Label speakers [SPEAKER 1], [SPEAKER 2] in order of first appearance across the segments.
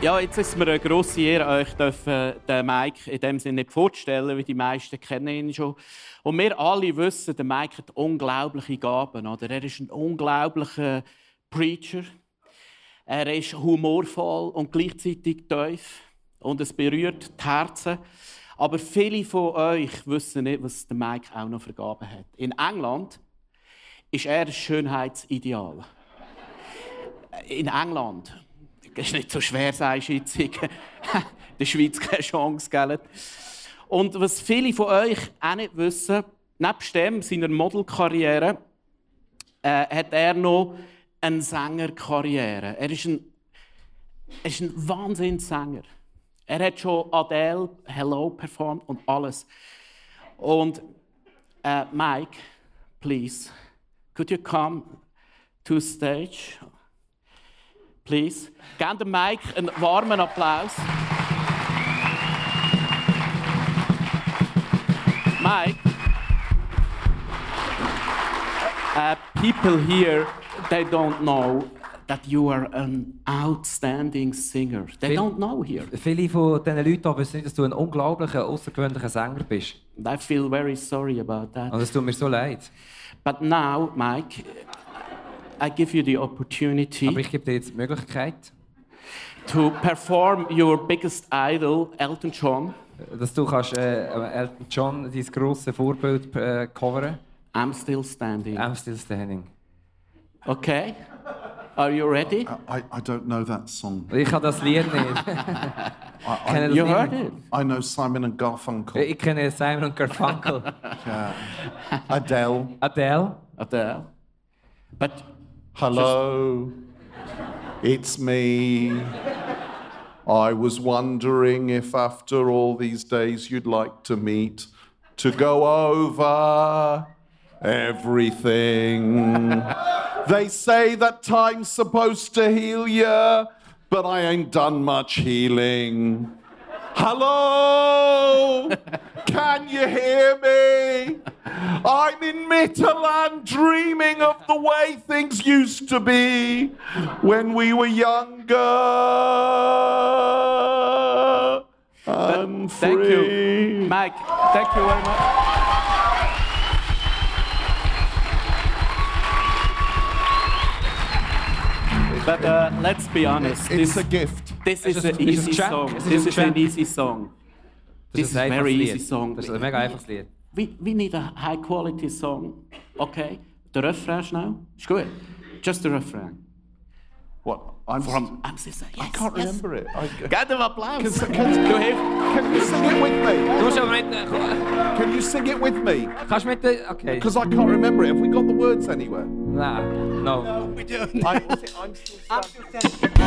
[SPEAKER 1] Ja, jetzt ist es mir eine grosse Ehre, euch dürfen äh, den Mike in dem Sinne nicht vorzustellen, weil die meisten kennen ihn schon. Und wir alle wissen, der Mike hat unglaubliche Gaben. Oder? Er ist ein unglaublicher Preacher. Er ist humorvoll und gleichzeitig tief. Und es berührt die Herzen. Aber viele von euch wissen nicht, was der Mike auch noch für Gaben hat. In England ist er ein Schönheitsideal. In England. Das ist nicht so schwer, sagst du jetzt. In der Schweiz keine Chance, gell? Und was viele von euch auch nicht wissen, nebst dem, seiner Modelkarriere, äh, hat er noch eine Sängerkarriere. Er ist ein, er ist ein Wahnsinnssänger. Er hat schon Adele, Hello performt und alles. Und äh, Mike, please, could you come to stage? please. Gebt dem Mike einen warmen Applaus. Mike. Uh, people here, they don't know that you are an outstanding singer. They
[SPEAKER 2] Viel-
[SPEAKER 1] don't know here.
[SPEAKER 2] Viele von diesen Leuten hier wissen nicht, dass du ein unglaublicher, außergewöhnlicher Sänger bist.
[SPEAKER 1] And I feel very sorry about that.
[SPEAKER 2] Und es tut mir so leid.
[SPEAKER 1] But now, Mike, I give you the opportunity
[SPEAKER 2] Aber ich gebe dir jetzt die Möglichkeit,
[SPEAKER 1] to perform your biggest idol, Elton John.
[SPEAKER 2] dass du kannst, äh, Elton John, dein grosses Vorbild, äh, covern
[SPEAKER 1] I'm still standing.
[SPEAKER 2] I'm still standing.
[SPEAKER 1] Okay. Are you ready?
[SPEAKER 3] I, I don't know that song.
[SPEAKER 2] Ich kann das Lied nicht. Ich kenne das
[SPEAKER 1] You
[SPEAKER 2] Lied
[SPEAKER 1] heard
[SPEAKER 2] nicht.
[SPEAKER 1] it.
[SPEAKER 3] I know Simon and Garfunkel,
[SPEAKER 2] Ich kenne Simon und Garfunkel.
[SPEAKER 3] Adele,
[SPEAKER 2] Adele.
[SPEAKER 1] Adele. But
[SPEAKER 3] Hello, it's me. I was wondering if after all these days you'd like to meet to go over everything. they say that time's supposed to heal ya, but I ain't done much healing. Hello! Can you hear me? I'm in Mitterland dreaming of the way things used to be when we were younger. I'm
[SPEAKER 1] thank you,
[SPEAKER 3] free.
[SPEAKER 1] Mike. Thank you very much. But uh, let's be honest.
[SPEAKER 3] It's
[SPEAKER 1] This,
[SPEAKER 3] a gift.
[SPEAKER 1] this
[SPEAKER 2] It's
[SPEAKER 1] is
[SPEAKER 2] a-
[SPEAKER 1] an
[SPEAKER 2] it's a
[SPEAKER 1] easy
[SPEAKER 2] chunk.
[SPEAKER 1] song.
[SPEAKER 2] It's a
[SPEAKER 1] This is an
[SPEAKER 2] chunk.
[SPEAKER 1] easy song. This is
[SPEAKER 2] ein einfaches
[SPEAKER 1] very
[SPEAKER 2] Lied.
[SPEAKER 1] easy song.
[SPEAKER 2] Das ist ein mega einfaches Lied.
[SPEAKER 1] We, we need a high quality song. Okay. Der Refrain schnell. Ist gut. Just the Refrain.
[SPEAKER 3] What? I'm
[SPEAKER 1] From I'm so sorry. Yes,
[SPEAKER 3] I can't
[SPEAKER 1] yes.
[SPEAKER 3] remember it. I,
[SPEAKER 1] Gebt ihm Applaus.
[SPEAKER 3] Can- can-
[SPEAKER 1] Du hilfst.
[SPEAKER 3] can you sing it with me?
[SPEAKER 2] Du musst aber mit... äh,
[SPEAKER 3] Can you sing it with me?
[SPEAKER 2] Kannst du mit... der- Okay.
[SPEAKER 3] Because I can't remember it. Have we got the words anywhere?
[SPEAKER 2] Nein. No.
[SPEAKER 3] I, I'm still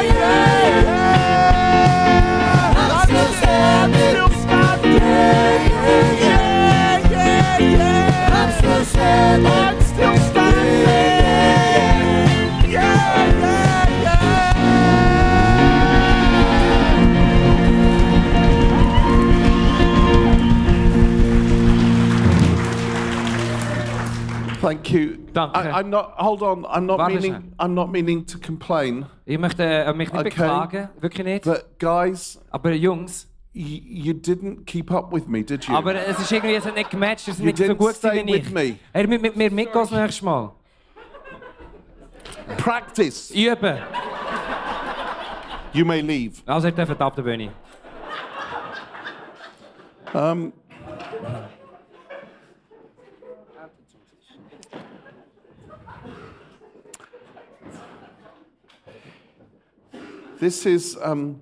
[SPEAKER 4] Yeah, yeah.
[SPEAKER 3] you.
[SPEAKER 2] Danke.
[SPEAKER 3] I, I'm not. Hold on. I'm not
[SPEAKER 2] Warte
[SPEAKER 3] meaning.
[SPEAKER 2] schnell.
[SPEAKER 3] I'm not meaning to complain.
[SPEAKER 2] Ich möchte äh, mich nicht
[SPEAKER 3] Okay.
[SPEAKER 2] beklagen, wirklich nicht.
[SPEAKER 3] But guys,
[SPEAKER 2] Aber Jungs,
[SPEAKER 3] y- you didn't keep up with me, did you?
[SPEAKER 2] aber es ist irgendwie es hat nicht gematcht, es ist
[SPEAKER 3] You
[SPEAKER 2] nicht so
[SPEAKER 3] didn't
[SPEAKER 2] gut
[SPEAKER 3] stay
[SPEAKER 2] gewesen wie
[SPEAKER 3] with me.
[SPEAKER 2] ich. Er mit, mit mir mitgehen das nächste Mal.
[SPEAKER 3] Practice.
[SPEAKER 2] Üben.
[SPEAKER 3] You may leave.
[SPEAKER 2] Also er darf ab der Bühne.
[SPEAKER 3] This is. Um,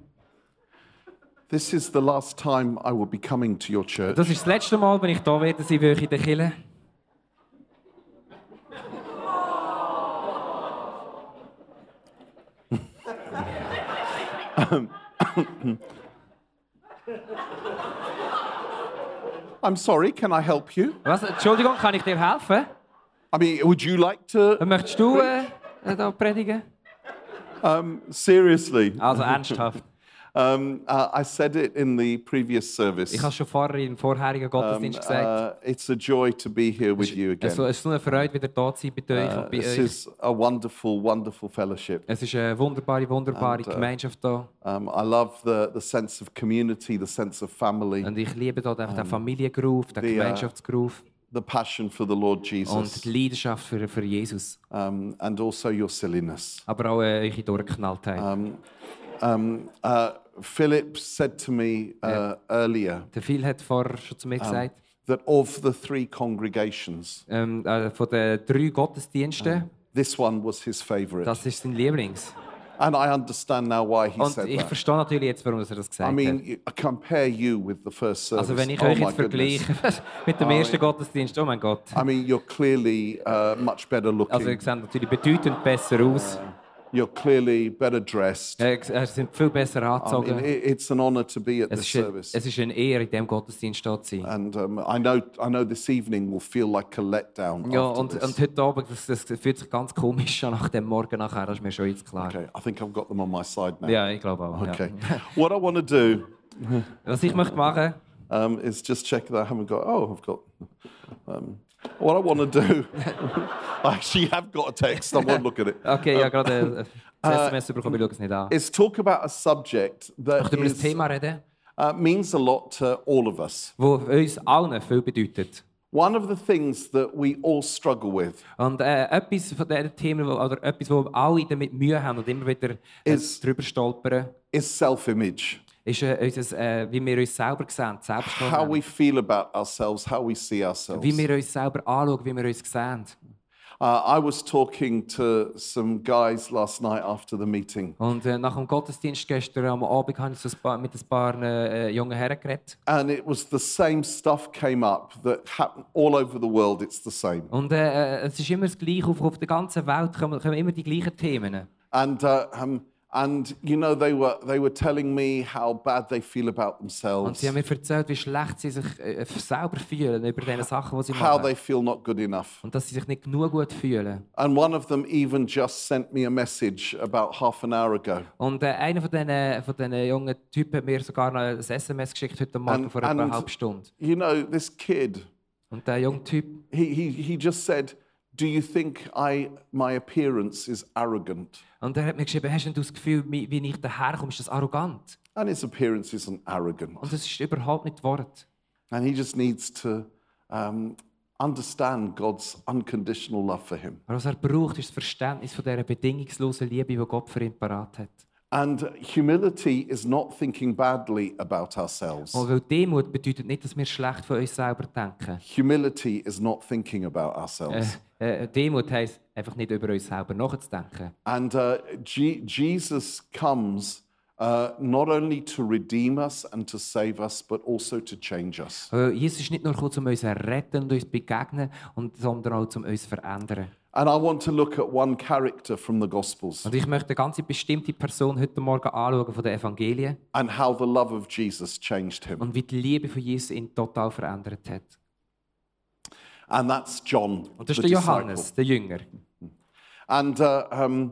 [SPEAKER 3] this is the last time I will be coming to your church.
[SPEAKER 2] Das ist das letzte Mal, wenn ich hier werde, sein werde in der Kille.
[SPEAKER 3] I'm sorry. Can I help you?
[SPEAKER 2] Was? Entschuldigung, kann ich dir helfen?
[SPEAKER 3] I mean, would you like to?
[SPEAKER 2] Möchtest du äh, äh, da predigen?
[SPEAKER 3] Seriously.
[SPEAKER 2] Also ernsthaft.
[SPEAKER 3] Um, uh, I said it in the previous service.
[SPEAKER 2] Ich habe schon vorher im vorherigen
[SPEAKER 3] Um,
[SPEAKER 2] Gottesdienst gesagt.
[SPEAKER 3] uh, it's a joy to be here with äh, you again.
[SPEAKER 2] Also, es ist so eine Freude, wieder da zu sein bei euch
[SPEAKER 3] Uh,
[SPEAKER 2] und bei
[SPEAKER 3] this
[SPEAKER 2] euch.
[SPEAKER 3] is a wonderful, wonderful fellowship.
[SPEAKER 2] Es ist eine wunderbare, wunderbare
[SPEAKER 3] äh,
[SPEAKER 2] Gemeinschaft hier.
[SPEAKER 3] Um, I love the, the sense of community, the sense of family,
[SPEAKER 2] Und ich liebe hier den, den Familiengroove, den
[SPEAKER 3] ähm, die, äh,
[SPEAKER 2] Gemeinschaftsgroove
[SPEAKER 3] the passion for the Lord
[SPEAKER 2] und
[SPEAKER 3] Jesus,
[SPEAKER 2] die Leidenschaft für, für Jesus.
[SPEAKER 3] um, and also your silliness.
[SPEAKER 2] Aber auch äh, eure Durchknalltheit.
[SPEAKER 3] Uh, Philip said to me uh, earlier
[SPEAKER 2] Der Phil hat vorher schon zu mir
[SPEAKER 3] Ah.
[SPEAKER 2] gesagt,
[SPEAKER 3] that of the three congregations,
[SPEAKER 2] ähm, äh, von den drei Gottesdiensten,
[SPEAKER 3] this one was his favorite.
[SPEAKER 2] das ist sein Lieblings.
[SPEAKER 3] and I understand now why he
[SPEAKER 2] Und
[SPEAKER 3] said
[SPEAKER 2] ich
[SPEAKER 3] that.
[SPEAKER 2] verstehe natürlich jetzt, warum er das gesagt
[SPEAKER 3] I mean,
[SPEAKER 2] hat.
[SPEAKER 3] you- I compare you with the first service.
[SPEAKER 2] Also wenn ich
[SPEAKER 3] oh
[SPEAKER 2] euch
[SPEAKER 3] my
[SPEAKER 2] jetzt
[SPEAKER 3] goodness. Ah,
[SPEAKER 2] vergleiche mit dem ersten Gottesdienst, oh mein Gott.
[SPEAKER 3] I mean, you're clearly uh, much better looking.
[SPEAKER 2] Also ihr seht natürlich bedeutend besser aus.
[SPEAKER 3] You're clearly better dressed.
[SPEAKER 2] Äh, ihr sind viel besser
[SPEAKER 3] I mean,
[SPEAKER 2] angezogen.
[SPEAKER 3] i- it's an honor to be at
[SPEAKER 2] Es
[SPEAKER 3] this
[SPEAKER 2] ist, ein, es
[SPEAKER 3] service.
[SPEAKER 2] ist eine Ehre, in diesem Gottesdienst da zu sein.
[SPEAKER 3] And um, I know, I know, this evening will feel like a letdown.
[SPEAKER 2] Ja,
[SPEAKER 3] after
[SPEAKER 2] und,
[SPEAKER 3] this.
[SPEAKER 2] und heute Abend, das, das fühlt sich ganz komisch an nach dem Morgen nachher, das ist mir schon jetzt klar.
[SPEAKER 3] okay, I think I've got them on my side now.
[SPEAKER 2] Ja, ich glaube auch.
[SPEAKER 3] Okay.
[SPEAKER 2] Ja.
[SPEAKER 3] what I want to do
[SPEAKER 2] Was ich möchte machen,
[SPEAKER 3] um, is just check that I haven't got. Oh, I've got. Um, what I want to do, I actually have got a text. I won't look at it. Uh,
[SPEAKER 2] okay, ich habe gerade äh, das SMS bekommen, ich schaue es nicht an.
[SPEAKER 3] Is talk about a subject
[SPEAKER 2] Ich
[SPEAKER 3] that
[SPEAKER 2] möchte über ein
[SPEAKER 3] is,
[SPEAKER 2] Thema reden,
[SPEAKER 3] uh, means a lot to all of us.
[SPEAKER 2] das uns allen viel bedeutet.
[SPEAKER 3] One of the things that we all struggle with
[SPEAKER 2] Und äh, etwas von diesen Themen, wo- oder etwas, wo alle damit Mühe haben und immer wieder äh,
[SPEAKER 3] Ist-
[SPEAKER 2] drüber stolpern,
[SPEAKER 3] is self-image.
[SPEAKER 2] ist, äh, unser, äh, wie wir uns selber sehen, selbst
[SPEAKER 3] how we feel about ourselves, how we see ourselves.
[SPEAKER 2] wie wir uns selber anschauen, wie wir uns sehen.
[SPEAKER 3] Uh, I was talking to some guys last night after the meeting,
[SPEAKER 2] Und äh, nach dem Gottesdienst gestern am Abend habe ich so ein paar, mit ein paar äh, jungen Herren geredet.
[SPEAKER 3] and it was the same stuff came up that happened all over the world. It's the same.
[SPEAKER 2] Und äh, äh, es ist immer das Gleiche, auf, auf der ganzen Welt kommen, kommen immer die gleichen Themen.
[SPEAKER 3] And uh, um, and you know they were they were telling me how bad they feel about
[SPEAKER 2] Und
[SPEAKER 3] themselves,
[SPEAKER 2] sie haben mir erzählt, wie schlecht sie sich äh, selber fühlen über diese Sachen, die sie
[SPEAKER 3] how
[SPEAKER 2] machen.
[SPEAKER 3] they feel not good enough.
[SPEAKER 2] Und dass sie sich nicht genug gut fühlen.
[SPEAKER 3] And one of them even just sent me a message about half an hour ago.
[SPEAKER 2] Und äh, einer von diesen, von diesen jungen Typen hat mir sogar noch ein SMS geschickt heute Morgen
[SPEAKER 3] And-
[SPEAKER 2] vor etwa
[SPEAKER 3] and-
[SPEAKER 2] einer halben Stunde.
[SPEAKER 3] You know this kid.
[SPEAKER 2] Und der junge Typ,
[SPEAKER 3] He, he, he just said, Do you think I, my appearance is arrogant?
[SPEAKER 2] und der hat mir geschrieben, hast denn du das Gefühl, wie wie ich daherkomme, ist das arrogant?
[SPEAKER 3] And his appearance isn't arrogant.
[SPEAKER 2] Und das ist überhaupt nicht Wort.
[SPEAKER 3] And he just needs to um, understand God's unconditional love for him.
[SPEAKER 2] Aber was er braucht, ist das Verständnis von dieser bedingungslosen Liebe, die Gott für ihn parat hat.
[SPEAKER 3] And humility is not thinking badly about ourselves.
[SPEAKER 2] Und weil Demut bedeutet nicht, dass wir schlecht von uns selber denken.
[SPEAKER 3] Humility is not thinking about ourselves.
[SPEAKER 2] Äh, äh, Demut heisst, einfach nicht über uns selber nachzudenken.
[SPEAKER 3] And uh, Je- Jesus comes uh, not only to redeem us and to save us, but also to change us.
[SPEAKER 2] Weil Jesus ist nicht nur gekommen, um uns zu retten und uns zu begegnen, und, sondern auch, um uns zu verändern.
[SPEAKER 3] And I want to look at one character from the Gospels.
[SPEAKER 2] Und ich möchte eine ganz bestimmte Person heute Morgen anschauen von den Evangelien
[SPEAKER 3] and how the love of Jesus changed him.
[SPEAKER 2] und wie die Liebe von Jesus ihn total verändert hat.
[SPEAKER 3] And that's John.
[SPEAKER 2] Und das
[SPEAKER 3] the
[SPEAKER 2] ist der
[SPEAKER 3] disciple.
[SPEAKER 2] Johannes, der Jünger.
[SPEAKER 3] And uh, um,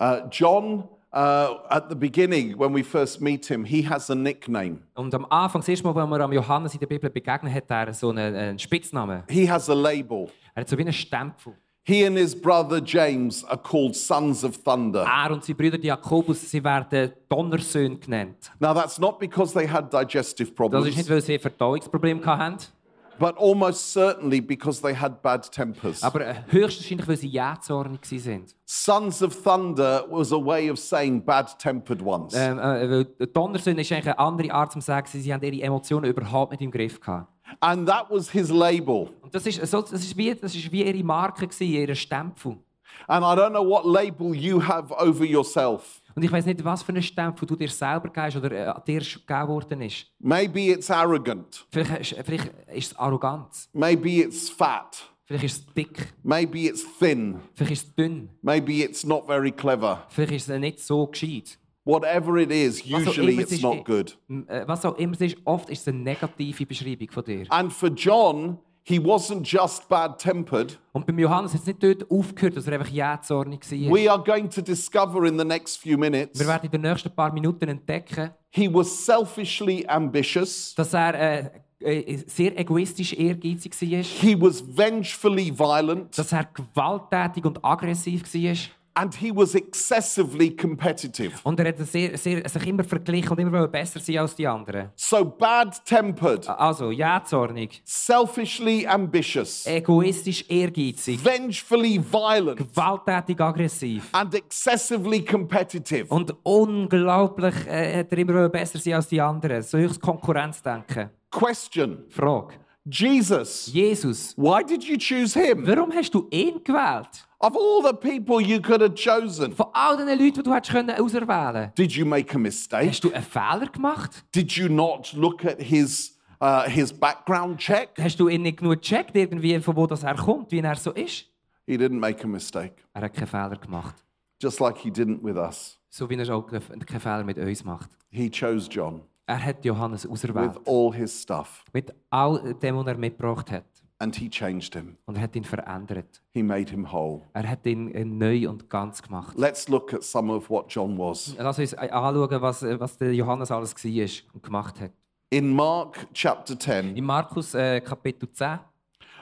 [SPEAKER 3] uh, John uh, at the beginning, when we first meet him, he has a nickname.
[SPEAKER 2] Und am Anfang, das erste Mal, wenn wir am Johannes in der Bibel begegnen, hat er so einen, einen Spitznamen.
[SPEAKER 3] He has a label.
[SPEAKER 2] Er hat so wie einen Stempel.
[SPEAKER 3] He and his brother James are called sons of thunder.
[SPEAKER 2] Er und seine Brüder die Jakobus, sie werden Donnersöhne genannt.
[SPEAKER 3] Now, that's not because they had digestive
[SPEAKER 2] Das ist nicht,
[SPEAKER 3] problems,
[SPEAKER 2] weil sie ein Verdauungsproblem hatten,
[SPEAKER 3] but almost certainly because they had bad tempers.
[SPEAKER 2] aber äh, höchstwahrscheinlich, weil sie jähzornig waren.
[SPEAKER 3] Sons of thunder was a way of saying bad tempered ones.
[SPEAKER 2] Ähm, äh, weil Donnersöhne ist eigentlich eine andere Art, um zu sagen, sie sie haben ihre Emotionen überhaupt nicht im Griff gehabt.
[SPEAKER 3] And that was his label.
[SPEAKER 2] Und das ist, so, das ist, wie, das ist wie ihre Marke, gewesen, ihre Stempel.
[SPEAKER 3] And I don't know what label you have over yourself.
[SPEAKER 2] Und ich weiß nicht, was für einen Stempel du dir selber gibst oder äh, an dir schon gegeben worden ist.
[SPEAKER 3] Maybe it's arrogant.
[SPEAKER 2] Vielleicht, ist- vielleicht ist es Arroganz,
[SPEAKER 3] Maybe it's fat.
[SPEAKER 2] vielleicht ist es dick,
[SPEAKER 3] Maybe it's thin.
[SPEAKER 2] vielleicht ist es dünn,
[SPEAKER 3] Maybe it's not very clever.
[SPEAKER 2] vielleicht ist es nicht so gescheit.
[SPEAKER 3] Whatever it is,
[SPEAKER 2] Was auch
[SPEAKER 3] usually
[SPEAKER 2] immer es
[SPEAKER 3] it's
[SPEAKER 2] ist,
[SPEAKER 3] not good.
[SPEAKER 2] m- äh, Was auch immer es ist, oft ist es eine negative Beschreibung von dir.
[SPEAKER 3] And for John, he wasn't just bad tempered.
[SPEAKER 2] Und beim Johannes hat es nicht dort aufgehört, dass er einfach jähzornig war.
[SPEAKER 3] We are going to discover in the next few minutes
[SPEAKER 2] Wir werden in den nächsten paar Minuten entdecken,
[SPEAKER 3] he was selfishly ambitious,
[SPEAKER 2] dass er äh, äh, sehr egoistisch ehrgeizig war,
[SPEAKER 3] he was vengefully violent,
[SPEAKER 2] dass er gewalttätig und aggressiv war.
[SPEAKER 3] and he was excessively competitive.
[SPEAKER 2] Und er hat sehr, sehr, sich immer verglichen und immer wollte besser sein als die anderen.
[SPEAKER 3] So bad tempered,
[SPEAKER 2] Also, jähzornig,
[SPEAKER 3] selfishly ambitious,
[SPEAKER 2] Eh, egoistisch ehrgeizig,
[SPEAKER 3] vengefully violent,
[SPEAKER 2] gewalttätig aggressiv.
[SPEAKER 3] and excessively competitive.
[SPEAKER 2] Und unglaublich äh, hat er immer wollte besser sein als die anderen. So höchst Konkurrenzdenken.
[SPEAKER 3] Question
[SPEAKER 2] Frage.
[SPEAKER 3] Jesus,
[SPEAKER 2] Jesus,
[SPEAKER 3] why did you choose him?
[SPEAKER 2] warum hast du ihn gewählt?
[SPEAKER 3] Of all the people you could have chosen,
[SPEAKER 2] Von all den Leuten, die du hättest können auserwählen
[SPEAKER 3] did you make a mistake?
[SPEAKER 2] Hast du einen Fehler gemacht?
[SPEAKER 3] Did you not look at his, uh, his background check?
[SPEAKER 2] Hast du ihn nicht genug gecheckt, irgendwie, von wo das er kommt, wie er so ist?
[SPEAKER 3] He didn't make a mistake,
[SPEAKER 2] Er hat keinen Fehler gemacht.
[SPEAKER 3] just like he didn't with us.
[SPEAKER 2] So wie er auch keinen Fehler mit uns macht.
[SPEAKER 3] He chose John
[SPEAKER 2] Er hat Johannes auserwählt.
[SPEAKER 3] with all his stuff
[SPEAKER 2] Mit all dem, was er mitgebracht hat.
[SPEAKER 3] and he changed him.
[SPEAKER 2] Und er hat ihn verändert.
[SPEAKER 3] He made him whole.
[SPEAKER 2] Er hat ihn äh, neu und ganz gemacht.
[SPEAKER 3] Let's look at some of what John was.
[SPEAKER 2] Lass uns äh, anschauen, was, äh, was der Johannes alles war und gemacht hat.
[SPEAKER 3] In Mark chapter 10,
[SPEAKER 2] In Markus äh, Kapitel 10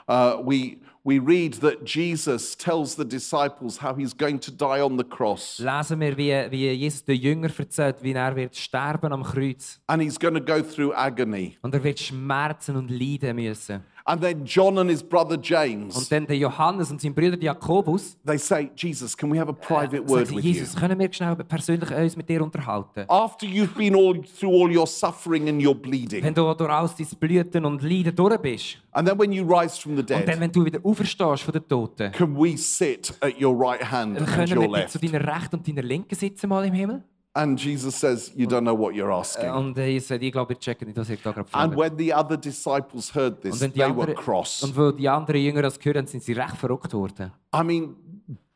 [SPEAKER 3] uh, we, we read that Jesus tells the disciples how he's going to die on the cross
[SPEAKER 2] lesen wir, wie, wie Jesus den Jünger erzählt, wie er wird sterben am Kreuz.
[SPEAKER 3] and he's going to go through agony.
[SPEAKER 2] Und er wird Schmerzen und Leiden müssen.
[SPEAKER 3] And then John and his brother
[SPEAKER 2] Und
[SPEAKER 3] James,
[SPEAKER 2] dann der Johannes und sein Bruder Jakobus
[SPEAKER 3] they say, Jesus, can we have a private
[SPEAKER 2] sagen,
[SPEAKER 3] word
[SPEAKER 2] sie,
[SPEAKER 3] with
[SPEAKER 2] Uh,
[SPEAKER 3] you? Ah.
[SPEAKER 2] Jesus, können wir schnell persönlich uns mit dir unterhalten?
[SPEAKER 3] After you've been all through all your suffering and your
[SPEAKER 2] Wenn
[SPEAKER 3] bleeding,
[SPEAKER 2] du durch all deine Blüten und Leiden durch bist
[SPEAKER 3] and then when you rise from the
[SPEAKER 2] und dann,
[SPEAKER 3] dead,
[SPEAKER 2] wenn du wieder auferstehst von den Toten,
[SPEAKER 3] can we sit at your right hand
[SPEAKER 2] dann
[SPEAKER 3] and
[SPEAKER 2] können
[SPEAKER 3] your
[SPEAKER 2] wir dich
[SPEAKER 3] left?
[SPEAKER 2] zu deiner rechten und deiner linken sitzen mal im Himmel.
[SPEAKER 3] And Jesus says, You don't know what you're asking.
[SPEAKER 2] Und äh, ich sage, ich glaube, ihr checkt nicht, was ich da gerade
[SPEAKER 3] And
[SPEAKER 2] frage.
[SPEAKER 3] when the other disciples heard this,
[SPEAKER 2] Und wenn die
[SPEAKER 3] they were
[SPEAKER 2] anderen,
[SPEAKER 3] cross.
[SPEAKER 2] und weil die anderen Jünger das gehört haben, sind sie recht verrückt worden.
[SPEAKER 3] I mean,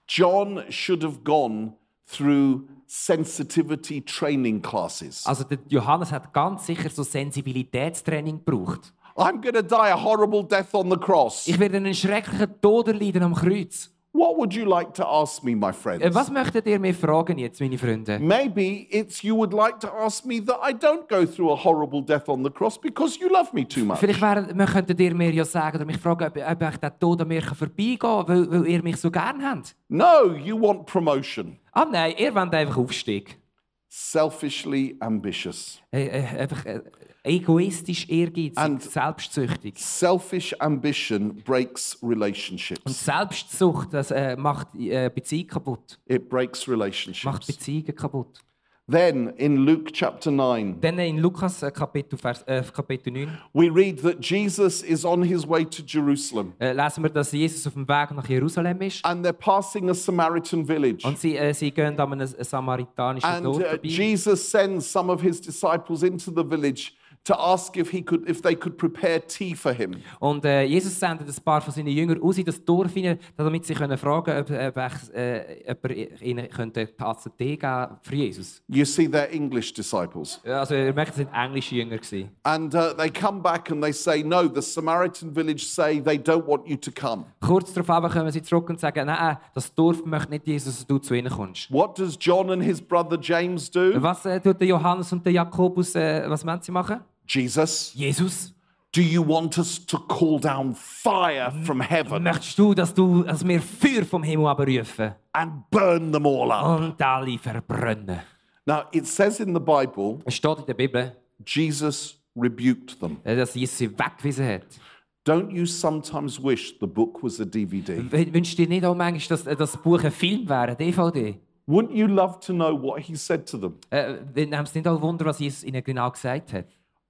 [SPEAKER 3] John should have gone through sensitivity training classes.
[SPEAKER 2] Also der Johannes hat ganz sicher so Sensibilitätstraining gebraucht.
[SPEAKER 3] I'm going to die a horrible death on the cross.
[SPEAKER 2] Ich werde einen schrecklichen Tod erleiden am Kreuz.
[SPEAKER 3] What would you like to ask me, my
[SPEAKER 2] Äh,
[SPEAKER 3] friends?
[SPEAKER 2] Was möchtet ihr mir fragen jetzt, meine Freunde?
[SPEAKER 3] Maybe it's you would like to ask me that I don't go through a horrible death on the cross because you love me too much.
[SPEAKER 2] Äh, Vielleicht wär, wir könntet ihr mir ja sagen oder mich fragen, ob, ob ich den Tod an mir kann vorbeigehen kann, weil, weil ihr mich so gern habt.
[SPEAKER 3] No, you want promotion.
[SPEAKER 2] Ah nein, ihr wollt einfach Aufstieg.
[SPEAKER 3] Selfishly ambitious.
[SPEAKER 2] Äh, äh, einfach äh, egoistisch, ehrgeizig,
[SPEAKER 3] And-
[SPEAKER 2] selbstsüchtig.
[SPEAKER 3] Selfish ambition breaks
[SPEAKER 2] Und
[SPEAKER 3] relationships.
[SPEAKER 2] Selbstsucht, das äh, macht äh, Beziehungen kaputt.
[SPEAKER 3] It breaks
[SPEAKER 2] Macht
[SPEAKER 3] relationships.
[SPEAKER 2] Beziehungen kaputt.
[SPEAKER 3] Then in Luke chapter 9,
[SPEAKER 2] Dann in Lukas äh, Kapitel, Vers, äh, Kapitel 9
[SPEAKER 3] we read that Jesus is on his way to Jerusalem
[SPEAKER 2] äh, lesen wir, dass Jesus auf dem Weg nach Jerusalem ist.
[SPEAKER 3] and they're passing a Samaritan village.
[SPEAKER 2] Und sie, äh, sie gehen an einem samaritanischen
[SPEAKER 3] And
[SPEAKER 2] Dorf
[SPEAKER 3] uh,
[SPEAKER 2] vorbei.
[SPEAKER 3] Jesus sends some of his disciples into the village to ask if, he could, if they could prepare tea for him.
[SPEAKER 2] Und äh, Jesus sendet ein paar von seinen Jüngern aus in das Dorf hinein, damit sie können fragen ob, ob, ich, äh, ob er ihnen könnte eine Tasse Tee geben für Jesus.
[SPEAKER 3] You see, they're English disciples.
[SPEAKER 2] Ja, Also ihr merkt, es sind englische Jünger. Gewesen.
[SPEAKER 3] And uh, they come back and they say, No, the Samaritan village say they don't want you to come.
[SPEAKER 2] Kurz darauf aber kommen sie zurück und sagen, nein, das Dorf möchte nicht, Jesus, dass du zu ihnen kommst.
[SPEAKER 3] What does John and his brother James do?
[SPEAKER 2] Was äh, tut der Johannes und der Jakobus, äh, was meinen sie machen?
[SPEAKER 3] Jesus,
[SPEAKER 2] Jesus,
[SPEAKER 3] do you want us to call down fire from heaven
[SPEAKER 2] möchtest du, dass du dass wir Feuer vom Himmel abrufen
[SPEAKER 3] and burn them all up?
[SPEAKER 2] und alle verbrennen?
[SPEAKER 3] Now, it says in the Bible,
[SPEAKER 2] Es steht in der Bibel,
[SPEAKER 3] Jesus rebuked them.
[SPEAKER 2] äh, dass Jesus sie weggewiesen hat.
[SPEAKER 3] Don't you sometimes wish the book was a DVD?
[SPEAKER 2] W- Wünschst du dir nicht auch manchmal, dass äh, das Buch ein Film wäre, ein DVD?
[SPEAKER 3] Wouldn't you love to know what he said to them?
[SPEAKER 2] Äh, Nimmst es nicht auch Wunder, was Jesus ihnen genau gesagt hat?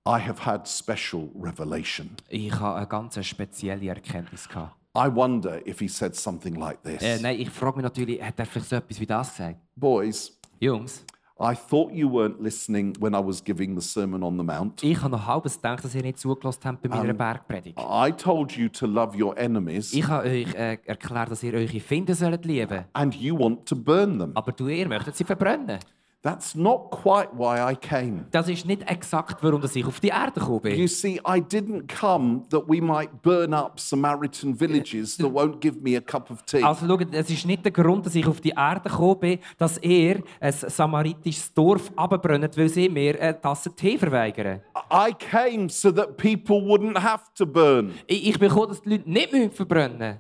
[SPEAKER 3] I have had special revelation.
[SPEAKER 2] Ich habe eine ganz spezielle Erkenntnis. Gehabt.
[SPEAKER 3] I wonder if he said something like this
[SPEAKER 2] Äh, nein, ich frage mich natürlich, hat er vielleicht so etwas wie das gesagt?
[SPEAKER 3] Boys,
[SPEAKER 2] Jungs,
[SPEAKER 3] I thought you weren't listening when I was giving the Sermon on the Mount.
[SPEAKER 2] ich habe noch halbes gedacht, dass ihr nicht zugelassen habt bei meiner Bergpredigt.
[SPEAKER 3] I told you to love your enemies
[SPEAKER 2] Ich habe euch äh, erklärt, dass ihr eure Finden sollt lieben
[SPEAKER 3] and you want to burn them.
[SPEAKER 2] aber du, ihr möchtet sie verbrennen.
[SPEAKER 3] That's not quite why I came.
[SPEAKER 2] Das ist nicht exakt, warum dass ich auf die Erde gekommen bin.
[SPEAKER 3] You see, I didn't come that we might burn up Samaritan villages that won't give me a cup of tea.
[SPEAKER 2] Also schaut, es ist nicht der Grund, dass ich auf die Erde gekommen bin, dass ihr ein samaritisches Dorf abbrennt, weil sie mir eine Tasse Tee verweigern.
[SPEAKER 3] I came so that people wouldn't have to burn.
[SPEAKER 2] Ich, ich bin gekommen, dass die Leute nicht müssen verbrennen Äh,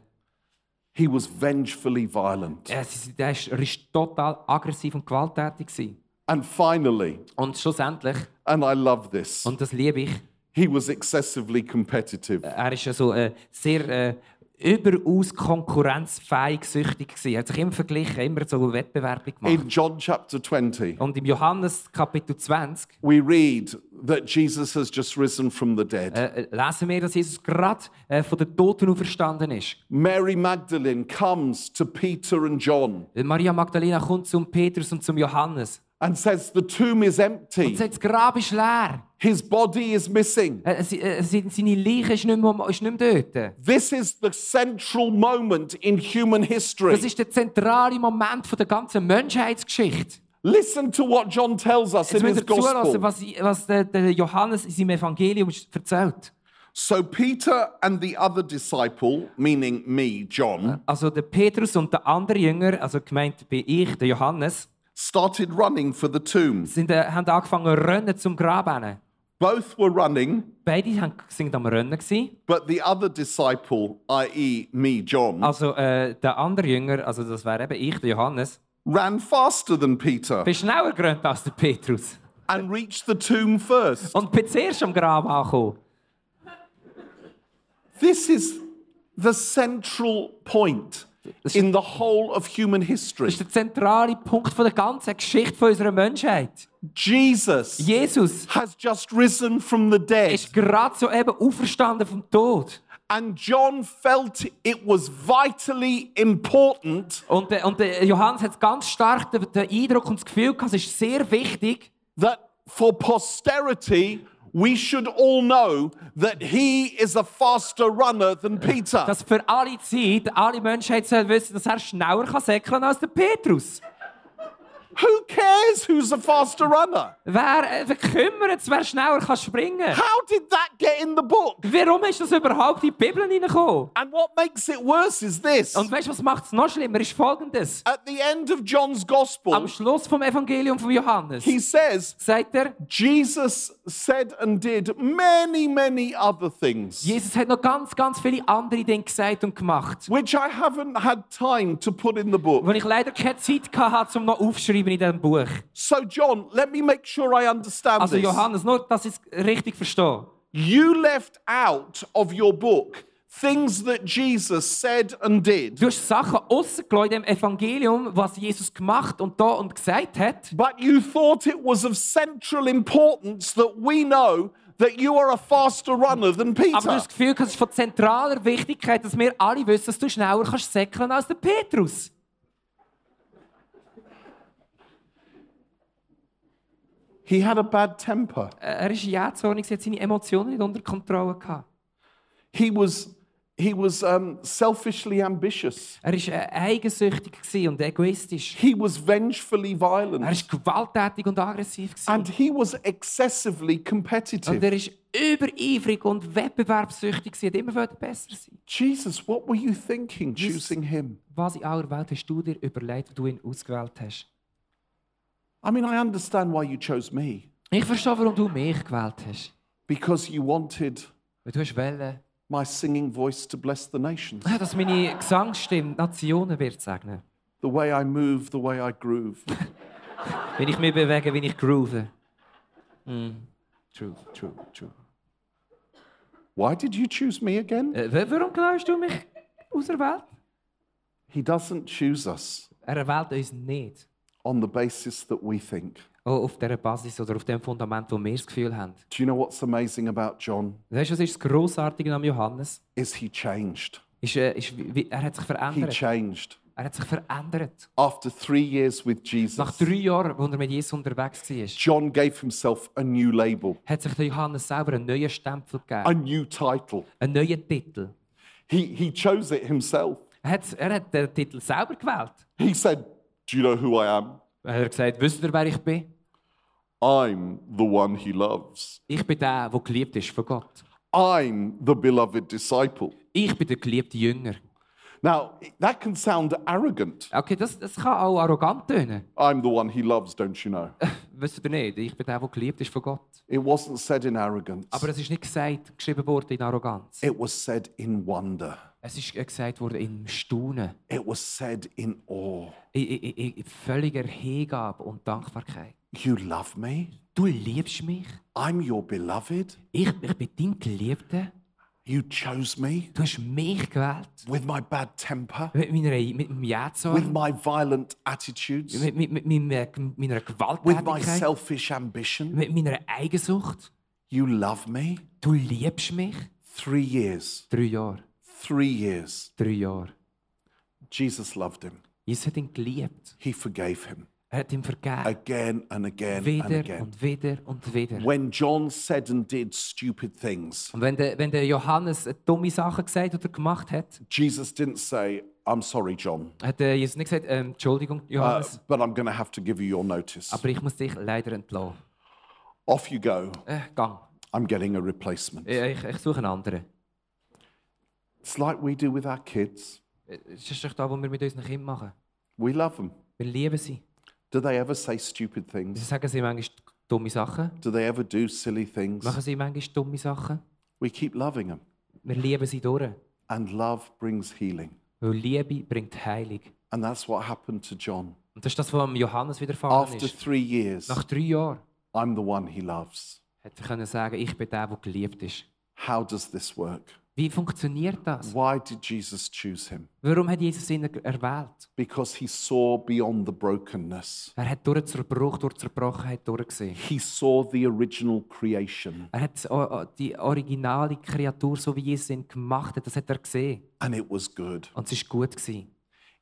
[SPEAKER 3] He was vengefully violent.
[SPEAKER 2] müssen. Es ist- Er war ist total aggressiv und gewalttätig. gewesen.
[SPEAKER 3] And finally,
[SPEAKER 2] Und schlussendlich,
[SPEAKER 3] and I love this,
[SPEAKER 2] und das liebe ich,
[SPEAKER 3] he was excessively competitive.
[SPEAKER 2] er ist ja so äh, sehr äh, überaus konkurrenzfähig süchtig gewesen. Er hat sich immer verglichen, immer so Wettbewerbe gemacht.
[SPEAKER 3] In John chapter 20,
[SPEAKER 2] und im Johannes Kapitel 20
[SPEAKER 3] we read that Jesus has just risen from the dead.
[SPEAKER 2] äh, äh, lesen wir, dass Jesus gerade äh, von den Toten auferstanden ist.
[SPEAKER 3] Mary Magdalene comes to Peter and John
[SPEAKER 2] Weil Maria Magdalena kommt zum Petrus und zum Johannes.
[SPEAKER 3] and says, The tomb is
[SPEAKER 2] Und
[SPEAKER 3] empty,
[SPEAKER 2] sagt, das Grab ist leer.
[SPEAKER 3] his body is missing.
[SPEAKER 2] Äh, sie- äh, sie- seine Leiche ist nicht mehr, ist nicht mehr dort.
[SPEAKER 3] This is the central moment in human
[SPEAKER 2] Das
[SPEAKER 3] history.
[SPEAKER 2] ist der zentrale Moment von der ganzen Menschheitsgeschichte.
[SPEAKER 3] Listen to what John tells us
[SPEAKER 2] Jetzt
[SPEAKER 3] in his
[SPEAKER 2] müsst ihr zuhören,
[SPEAKER 3] gospel.
[SPEAKER 2] was, was der, der Johannes in seinem Evangelium erzählt.
[SPEAKER 3] So, Peter and the other disciple, meaning me, John,
[SPEAKER 2] Also der Petrus und der andere Jünger, also gemeint bin ich, der Johannes,
[SPEAKER 3] started running for the tomb.
[SPEAKER 2] sind, äh, haben angefangen zu rennen zum Grab hin.
[SPEAKER 3] Both were running,
[SPEAKER 2] Beide haben- sind am Rennen. Gewesen.
[SPEAKER 3] but the other disciple, i.e., me, John,
[SPEAKER 2] Also äh, der andere Jünger, also das wäre eben ich, der Johannes,
[SPEAKER 3] ran faster than Peter
[SPEAKER 2] bin schneller gerannt als der Petrus.
[SPEAKER 3] and reached the tomb first.
[SPEAKER 2] Und bin zuerst am Grab angekommen.
[SPEAKER 3] This is the central point in the whole of human history.
[SPEAKER 2] Das ist der zentrale Punkt von der ganzen Geschichte von unserer Menschheit.
[SPEAKER 3] Jesus
[SPEAKER 2] Jesus
[SPEAKER 3] has just risen from the dead,
[SPEAKER 2] ist gerade so eben auferstanden vom Tod.
[SPEAKER 3] and John felt it was vitally important
[SPEAKER 2] Und, der- und der Johannes hat ganz stark den, den Eindruck und das Gefühl gehabt, es ist sehr wichtig,
[SPEAKER 3] that for posterity, we should all know that he is a faster runner than Peter.
[SPEAKER 2] dass für alle Zeit, alle Menschheit soll wissen, dass er schneller kann säckeln als der Petrus.
[SPEAKER 3] Who cares who's a faster runner?
[SPEAKER 2] Wer äh, wer kümmert es, wer schneller kann springen?
[SPEAKER 3] How did that get in the book?
[SPEAKER 2] Warum ist das überhaupt in die Bibel hineingekommen?
[SPEAKER 3] And what makes it worse is this.
[SPEAKER 2] Und weißt du, was macht es noch schlimmer? Ist folgendes.
[SPEAKER 3] At the end of John's
[SPEAKER 2] Am
[SPEAKER 3] gospel,
[SPEAKER 2] Schluss vom Evangelium von Johannes
[SPEAKER 3] he says,
[SPEAKER 2] sagt er,
[SPEAKER 3] Jesus said and did many, many other things,
[SPEAKER 2] Jesus hat noch ganz, ganz viele andere Dinge gesagt und gemacht,
[SPEAKER 3] which I haven't had time to put in the book.
[SPEAKER 2] wo ich leider keine Zeit hatte, um noch aufzuschreiben in diesem Buch.
[SPEAKER 3] So, John, let me make sure I understand
[SPEAKER 2] Also
[SPEAKER 3] this.
[SPEAKER 2] Johannes, nur, dass ich es richtig verstehe.
[SPEAKER 3] You left out of your book things that Jesus said and did,
[SPEAKER 2] Du hast Sachen rausgelassen in dem Evangelium, was Jesus gemacht und da und gesagt hat.
[SPEAKER 3] but you thought it was of central importance that we know that you are a faster runner than
[SPEAKER 2] Aber du
[SPEAKER 3] Peter.
[SPEAKER 2] hast das Gefühl, es ist von zentraler Wichtigkeit, dass wir alle wissen, dass du schneller kannst säckeln als der Petrus.
[SPEAKER 3] He had a bad temper.
[SPEAKER 2] Äh, Er war jähzornig, er hat seine Emotionen nicht unter Kontrolle. Gehabt.
[SPEAKER 3] He was, he was um, selfishly ambitious.
[SPEAKER 2] Er war äh, eigensüchtig gewesen und egoistisch.
[SPEAKER 3] He was vengefully
[SPEAKER 2] Er
[SPEAKER 3] violent.
[SPEAKER 2] war gewalttätig und aggressiv. gewesen.
[SPEAKER 3] And he was excessively
[SPEAKER 2] Und
[SPEAKER 3] competitive.
[SPEAKER 2] er war übereifrig und wettbewerbssüchtig. gewesen, hat immer wollte besser sein.
[SPEAKER 3] Jesus, what were you thinking choosing him?
[SPEAKER 2] Was in aller Welt hast du dir überlegt, als du ihn ausgewählt hast?
[SPEAKER 3] I mean, I understand why you chose me
[SPEAKER 2] Ich verstehe, warum du mich gewählt hast.
[SPEAKER 3] because you wanted
[SPEAKER 2] Weil du hast wollen,
[SPEAKER 3] my singing voice to bless the nations.
[SPEAKER 2] Ja, dass meine Gesangsstimme die Nationen wird segnen.
[SPEAKER 3] The way I move, the way I groove.
[SPEAKER 2] Wenn ich mich bewege, wenn ich groove.
[SPEAKER 3] True, true, true. Why did you choose me again?
[SPEAKER 2] Äh, wa- warum genau hast du mich auserwählt?
[SPEAKER 3] He doesn't choose us
[SPEAKER 2] Er erwählt uns nicht.
[SPEAKER 3] on the basis that we think.
[SPEAKER 2] Oh, auf dieser Basis oder auf dem Fundament, wo wir das Gefühl haben.
[SPEAKER 3] Do you know what's amazing about John?
[SPEAKER 2] Weißt du, was ist das Grossartige an Johannes?
[SPEAKER 3] Is he changed?
[SPEAKER 2] Ist, äh, ist, wie- wie- er hat sich
[SPEAKER 3] He
[SPEAKER 2] verändert.
[SPEAKER 3] changed.
[SPEAKER 2] Er hat sich verändert.
[SPEAKER 3] After three years with
[SPEAKER 2] Nach
[SPEAKER 3] Jesus,
[SPEAKER 2] drei Jahren, als er mit Jesus unterwegs war,
[SPEAKER 3] John gave himself a new label,
[SPEAKER 2] hat sich der Johannes selber einen neuen Stempel
[SPEAKER 3] a
[SPEAKER 2] gegeben.
[SPEAKER 3] new title.
[SPEAKER 2] Einen neuen Titel.
[SPEAKER 3] He, he chose it himself.
[SPEAKER 2] Er hat, er hat den Titel selber gewählt.
[SPEAKER 3] He said, Do you know who I am?
[SPEAKER 2] Er hat gesagt, wisst ihr, wer ich bin?
[SPEAKER 3] I'm the one he loves.
[SPEAKER 2] Ich bin der, der geliebt ist von Gott.
[SPEAKER 3] I'm the beloved disciple.
[SPEAKER 2] Ich bin der geliebte Jünger.
[SPEAKER 3] Now, that can sound arrogant.
[SPEAKER 2] Okay, das, das kann auch arrogant tönen.
[SPEAKER 3] I'm the one he loves, don't you know?
[SPEAKER 2] Wisst ihr nicht? Ich bin der, der geliebt ist von Gott.
[SPEAKER 3] It wasn't said in arrogance,
[SPEAKER 2] Aber es ist nicht gesagt, geschrieben worden in Arroganz.
[SPEAKER 3] it was said in wonder,
[SPEAKER 2] Es ist gesagt worden in Staunen,
[SPEAKER 3] it was said in awe.
[SPEAKER 2] in, in, in, in völliger Hingabe und Dankbarkeit.
[SPEAKER 3] You love me?
[SPEAKER 2] Du liebst mich.
[SPEAKER 3] I'm your beloved.
[SPEAKER 2] Ich, ich bin dein Geliebter.
[SPEAKER 3] You chose me
[SPEAKER 2] Du hast mich gewählt.
[SPEAKER 3] with my bad temper,
[SPEAKER 2] Mit, meiner, mit meinem Jähzorn.
[SPEAKER 3] with my violent attitudes,
[SPEAKER 2] Mit, mit, mit, mit meiner
[SPEAKER 3] with my
[SPEAKER 2] Gewalttätigkeit.
[SPEAKER 3] selfish ambition.
[SPEAKER 2] Mit meiner Eigensucht.
[SPEAKER 3] You love me?
[SPEAKER 2] Du liebst mich.
[SPEAKER 3] Three years,
[SPEAKER 2] Drei Jahre.
[SPEAKER 3] three years.
[SPEAKER 2] Drei Jahre.
[SPEAKER 3] Jesus loved him.
[SPEAKER 2] Jesus hat ihn geliebt.
[SPEAKER 3] He forgave him
[SPEAKER 2] Er hat ihm vergeben.
[SPEAKER 3] again and again and
[SPEAKER 2] Wieder
[SPEAKER 3] again.
[SPEAKER 2] und wieder und wieder.
[SPEAKER 3] When John said and did stupid things,
[SPEAKER 2] Und wenn der, wenn der Johannes äh, dumme Sachen gesagt oder gemacht hat,
[SPEAKER 3] Jesus didn't say, I'm sorry, John,
[SPEAKER 2] hat äh, Jesus nicht gesagt, ähm, Entschuldigung,
[SPEAKER 3] uh,
[SPEAKER 2] Johannes,
[SPEAKER 3] but I'm going to have to give you your notice.
[SPEAKER 2] aber ich muss dich leider entlassen.
[SPEAKER 3] Off you go.
[SPEAKER 2] Äh, gang.
[SPEAKER 3] I'm getting a replacement.
[SPEAKER 2] Äh, Ich, ich suche einen anderen.
[SPEAKER 3] It's like we do with our kids.
[SPEAKER 2] Äh, Das ist doch das, was wir mit unseren Kindern machen.
[SPEAKER 3] We love them.
[SPEAKER 2] Wir lieben sie.
[SPEAKER 3] Do they ever say stupid things?
[SPEAKER 2] Sie sagen sie manchmal dumme Sachen,
[SPEAKER 3] Do they ever do silly things?
[SPEAKER 2] machen sie manchmal dumme Sachen.
[SPEAKER 3] We keep loving them.
[SPEAKER 2] Wir lieben sie durch.
[SPEAKER 3] And love brings healing.
[SPEAKER 2] Weil Liebe bringt Heilung.
[SPEAKER 3] And that's what happened to John.
[SPEAKER 2] Und das ist das, was dem Johannes widerfahren
[SPEAKER 3] After
[SPEAKER 2] ist.
[SPEAKER 3] three years,
[SPEAKER 2] Nach drei Jahren
[SPEAKER 3] I'm the one he loves.
[SPEAKER 2] hat er können sagen, ich bin der, der geliebt ist.
[SPEAKER 3] How does this work?
[SPEAKER 2] Wie funktioniert das?
[SPEAKER 3] Why did Jesus choose him?
[SPEAKER 2] Warum hat Jesus ihn erwählt?
[SPEAKER 3] Because he saw beyond the brokenness.
[SPEAKER 2] Er hat durch den Zerbruch, durch die Zerbrochenheit durchgesehen.
[SPEAKER 3] He saw the original creation,
[SPEAKER 2] Er hat o- o- die originale Kreatur, so wie Jesus ihn gemacht hat, das hat er gesehen.
[SPEAKER 3] and it was good.
[SPEAKER 2] Und es war gut. Gewesen.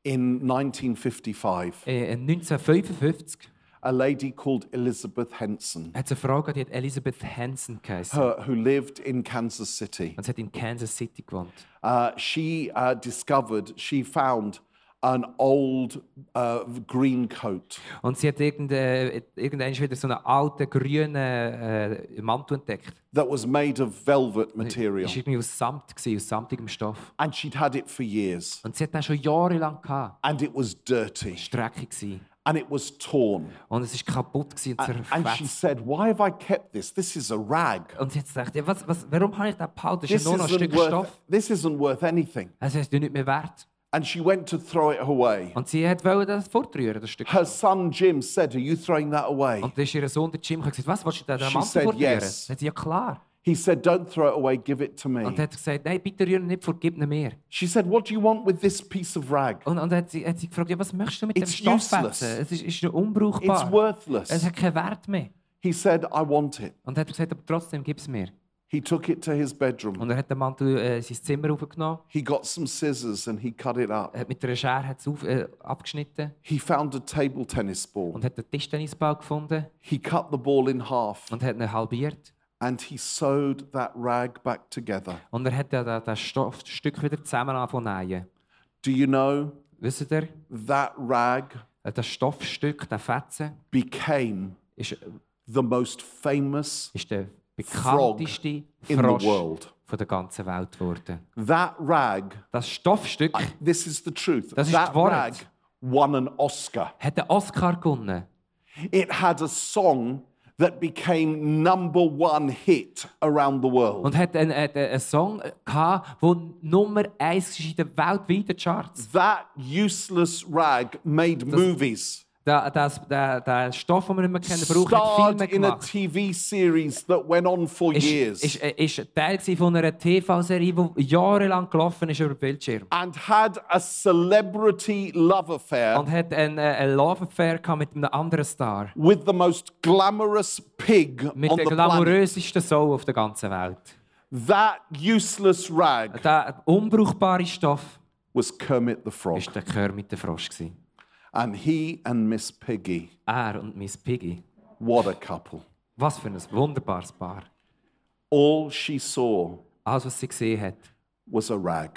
[SPEAKER 3] In 1955,
[SPEAKER 2] Äh, 1955
[SPEAKER 3] a lady called Elizabeth Henson,
[SPEAKER 2] hat es eine Frau gehabt, die hat Elizabeth Hansen geheißen.
[SPEAKER 3] her, who lived in Kansas City,
[SPEAKER 2] Und sie hat in Kansas City gewohnt.
[SPEAKER 3] uh, she uh, discovered, she found an old uh, green coat.
[SPEAKER 2] Und sie hat irgendein, irgendwann wieder so einen alten grünen äh, Mantel entdeckt.
[SPEAKER 3] that was made of velvet material.
[SPEAKER 2] Das war irgendwie aus Samt, gewesen, aus samtigem Stoff.
[SPEAKER 3] And she'd had it for years.
[SPEAKER 2] Und sie hat den schon jahrelang gehabt.
[SPEAKER 3] And it was dirty.
[SPEAKER 2] Strecke gewesen.
[SPEAKER 3] And it was torn.
[SPEAKER 2] Und es war kaputt gewesen und
[SPEAKER 3] And she
[SPEAKER 2] zerfetzt.
[SPEAKER 3] said, Why have I kept this? This is a rag.
[SPEAKER 2] Und jetzt dachte ich, was, was, warum habe ich den behalten? Das
[SPEAKER 3] This
[SPEAKER 2] ist ja nur noch ein
[SPEAKER 3] isn't,
[SPEAKER 2] Stück
[SPEAKER 3] worth,
[SPEAKER 2] Stoff.
[SPEAKER 3] this isn't worth anything.
[SPEAKER 2] Also ist ja nicht mehr wert.
[SPEAKER 3] And she went to throw it away.
[SPEAKER 2] Und sie hat wollte das fortrühren, das Stück.
[SPEAKER 3] Her son Jim said, Are you throwing that away?
[SPEAKER 2] Und dann ist ihr Sohn, der Jim, hat gesagt, was, willst du den
[SPEAKER 3] She
[SPEAKER 2] Mantel
[SPEAKER 3] said
[SPEAKER 2] fortrühren?
[SPEAKER 3] yes.
[SPEAKER 2] Dann hat sie, ja klar.
[SPEAKER 3] He said, Don't throw it away, give it to
[SPEAKER 2] Und
[SPEAKER 3] me.
[SPEAKER 2] hat gesagt, nein, bitte rühren nicht fort, gib ihn mir.
[SPEAKER 3] She said, What do you want with this piece of rag?
[SPEAKER 2] Und, und hat, sie, hat sie gefragt, ja, was möchtest du mit
[SPEAKER 3] It's
[SPEAKER 2] dem Stofffetzen?
[SPEAKER 3] useless.
[SPEAKER 2] Es ist, ist nur
[SPEAKER 3] It's
[SPEAKER 2] unbrauchbar.
[SPEAKER 3] worthless.
[SPEAKER 2] Es hat keinen Wert mehr.
[SPEAKER 3] He said, I want it.
[SPEAKER 2] Und hat gesagt, aber trotzdem, gib es mir.
[SPEAKER 3] He took it to his bedroom.
[SPEAKER 2] Und er hat den Mantel äh, sein Zimmer aufgenommen,
[SPEAKER 3] He got some scissors and he cut it up.
[SPEAKER 2] hat mit einer Schere hat's auf, äh, abgeschnitten
[SPEAKER 3] He found a table tennis ball.
[SPEAKER 2] und hat den Tischtennisball gefunden
[SPEAKER 3] He cut the ball in half
[SPEAKER 2] und hat ihn halbiert.
[SPEAKER 3] and he sewed that rag back together.
[SPEAKER 2] Und er hat dann das Stoffstück wieder zusammen angefangen zu nähen.
[SPEAKER 3] Do you know
[SPEAKER 2] Wisst ihr,
[SPEAKER 3] that rag
[SPEAKER 2] äh, das Stoffstück, der Fetzen,
[SPEAKER 3] became
[SPEAKER 2] ist, äh,
[SPEAKER 3] the most famous
[SPEAKER 2] ist der
[SPEAKER 3] Frog
[SPEAKER 2] bekannteste
[SPEAKER 3] in the
[SPEAKER 2] Frosch
[SPEAKER 3] world?
[SPEAKER 2] von der ganzen Welt geworden.
[SPEAKER 3] That rag,
[SPEAKER 2] Das Stoffstück
[SPEAKER 3] this is the truth.
[SPEAKER 2] Das ist
[SPEAKER 3] that
[SPEAKER 2] die Wahrheit.
[SPEAKER 3] rag won an Oscar.
[SPEAKER 2] hat den Oscar gewonnen.
[SPEAKER 3] It had a song that became number one hit around the world.
[SPEAKER 2] Und hat einen, äh, einen Song gehabt, der Nummer 1 ist in den weltweiten Charts.
[SPEAKER 3] That useless rag made movies.
[SPEAKER 2] Der, das, der, der Stoff, den wir nicht mehr kennen, braucht hat
[SPEAKER 3] starred
[SPEAKER 2] Filme
[SPEAKER 3] in a
[SPEAKER 2] gemacht.
[SPEAKER 3] TV series that went on for
[SPEAKER 2] Ist,
[SPEAKER 3] years
[SPEAKER 2] ist, äh, ist Teil gewesen von einer TV-Serie, die jahrelang gelaufen ist über den Bildschirm.
[SPEAKER 3] and had a celebrity love affair
[SPEAKER 2] Und hat einen, äh, einen Love Affair gehabt mit einem anderen Star.
[SPEAKER 3] with the most glamorous pig
[SPEAKER 2] Mit
[SPEAKER 3] on
[SPEAKER 2] der
[SPEAKER 3] the planet.
[SPEAKER 2] glamourösesten Soul auf der ganzen Welt.
[SPEAKER 3] That useless rag
[SPEAKER 2] Der unbrauchbare Stoff
[SPEAKER 3] was Kermit the Frog.
[SPEAKER 2] war der Kermit der Frosch. gewesen.
[SPEAKER 3] And he and Miss Piggy,
[SPEAKER 2] Er und Miss Piggy.
[SPEAKER 3] what a couple.
[SPEAKER 2] Was für ein wunderbares Paar.
[SPEAKER 3] All she saw
[SPEAKER 2] Alles, was sie gesehen hat,
[SPEAKER 3] was a rag.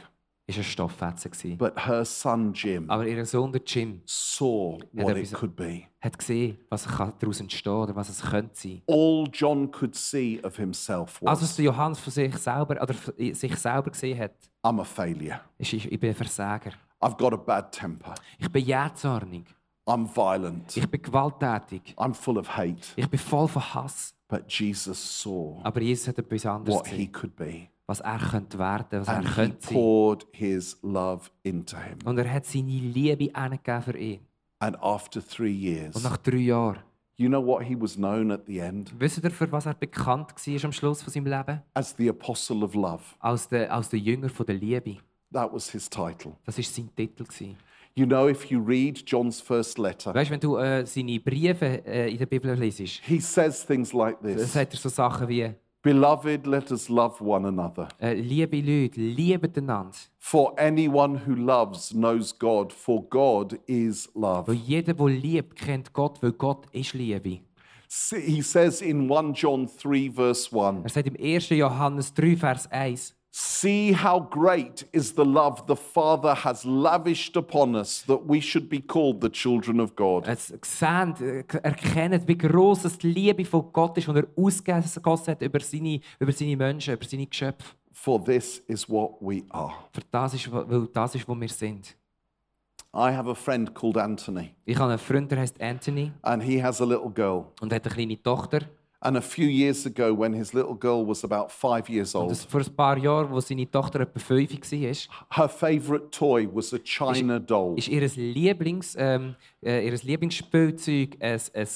[SPEAKER 2] war ein Stofffetzen. gewesen.
[SPEAKER 3] But her son Jim
[SPEAKER 2] Aber ihr Sohn, der Jim,
[SPEAKER 3] saw what it
[SPEAKER 2] etwas-
[SPEAKER 3] could be.
[SPEAKER 2] hat gesehen, was kann daraus entstehen oder was es könnte sein.
[SPEAKER 3] All John could see of himself was
[SPEAKER 2] Also, was der Johannes von sich selber, oder von sich selber gesehen hat,
[SPEAKER 3] I'm a failure.
[SPEAKER 2] ist, ich, ich bin ein Versager.
[SPEAKER 3] I've got a bad temper.
[SPEAKER 2] Ich bin jähzornig.
[SPEAKER 3] I'm violent.
[SPEAKER 2] Ich bin gewalttätig.
[SPEAKER 3] I'm full of hate.
[SPEAKER 2] Ich bin voll von Hass.
[SPEAKER 3] But Jesus saw
[SPEAKER 2] Aber Jesus hat etwas anderes
[SPEAKER 3] what he
[SPEAKER 2] gesehen,
[SPEAKER 3] could be.
[SPEAKER 2] was er könnte werden, was
[SPEAKER 3] And
[SPEAKER 2] er
[SPEAKER 3] he
[SPEAKER 2] könnte sein.
[SPEAKER 3] poured his love into him.
[SPEAKER 2] Und er hat seine Liebe hingegeben für ihn.
[SPEAKER 3] And after three years,
[SPEAKER 2] Und nach drei Jahren,
[SPEAKER 3] you know what he was known at the end?
[SPEAKER 2] wisst ihr, für was er bekannt war am Schluss von seinem Leben?
[SPEAKER 3] As the Apostle of Love.
[SPEAKER 2] Als der, als der Jünger von der Liebe.
[SPEAKER 3] That was his title.
[SPEAKER 2] Das war sein Titel. Gewesen.
[SPEAKER 3] You know, if you read John's first letter,
[SPEAKER 2] Weißt du, wenn du äh, seine Briefe äh, in der Bibel liest,
[SPEAKER 3] he says things like
[SPEAKER 2] dann
[SPEAKER 3] this
[SPEAKER 2] sagt er so Sachen wie:
[SPEAKER 3] Beloved, let us love one another.
[SPEAKER 2] äh, Liebe Leute, liebet einander.
[SPEAKER 3] For anyone who loves knows God, for God is
[SPEAKER 2] Weil
[SPEAKER 3] love.
[SPEAKER 2] jeder, der liebt, kennt Gott, weil Gott ist Liebe.
[SPEAKER 3] S- He says in 1 John 3, verse 1.
[SPEAKER 2] Er sagt im 1. Johannes 3, Vers 1,
[SPEAKER 3] See how great is the love the Father has lavished upon us that we should be called the children of God.
[SPEAKER 2] es seht, äh, erkennt, wie gross es die Liebe von Gott ist, die er ausgegossen hat über seine, über seine Menschen, über seine Geschöpfe.
[SPEAKER 3] For this is what we are.
[SPEAKER 2] Für das ist, wa- weil das ist, wo wir sind.
[SPEAKER 3] I have a friend called Anthony,
[SPEAKER 2] Ich habe einen Freund, der heißt Anthony
[SPEAKER 3] and he has a little girl.
[SPEAKER 2] und hat eine kleine Tochter.
[SPEAKER 3] And a few years ago, when his little girl was about five years
[SPEAKER 2] Und
[SPEAKER 3] old,
[SPEAKER 2] das vor ein paar Jahren, als seine Tochter etwa fünf war,
[SPEAKER 3] her favorite toy was a China doll.
[SPEAKER 2] ist ihr Lieblings, ähm, äh, ihr Lieblingsspielzeug ein, ein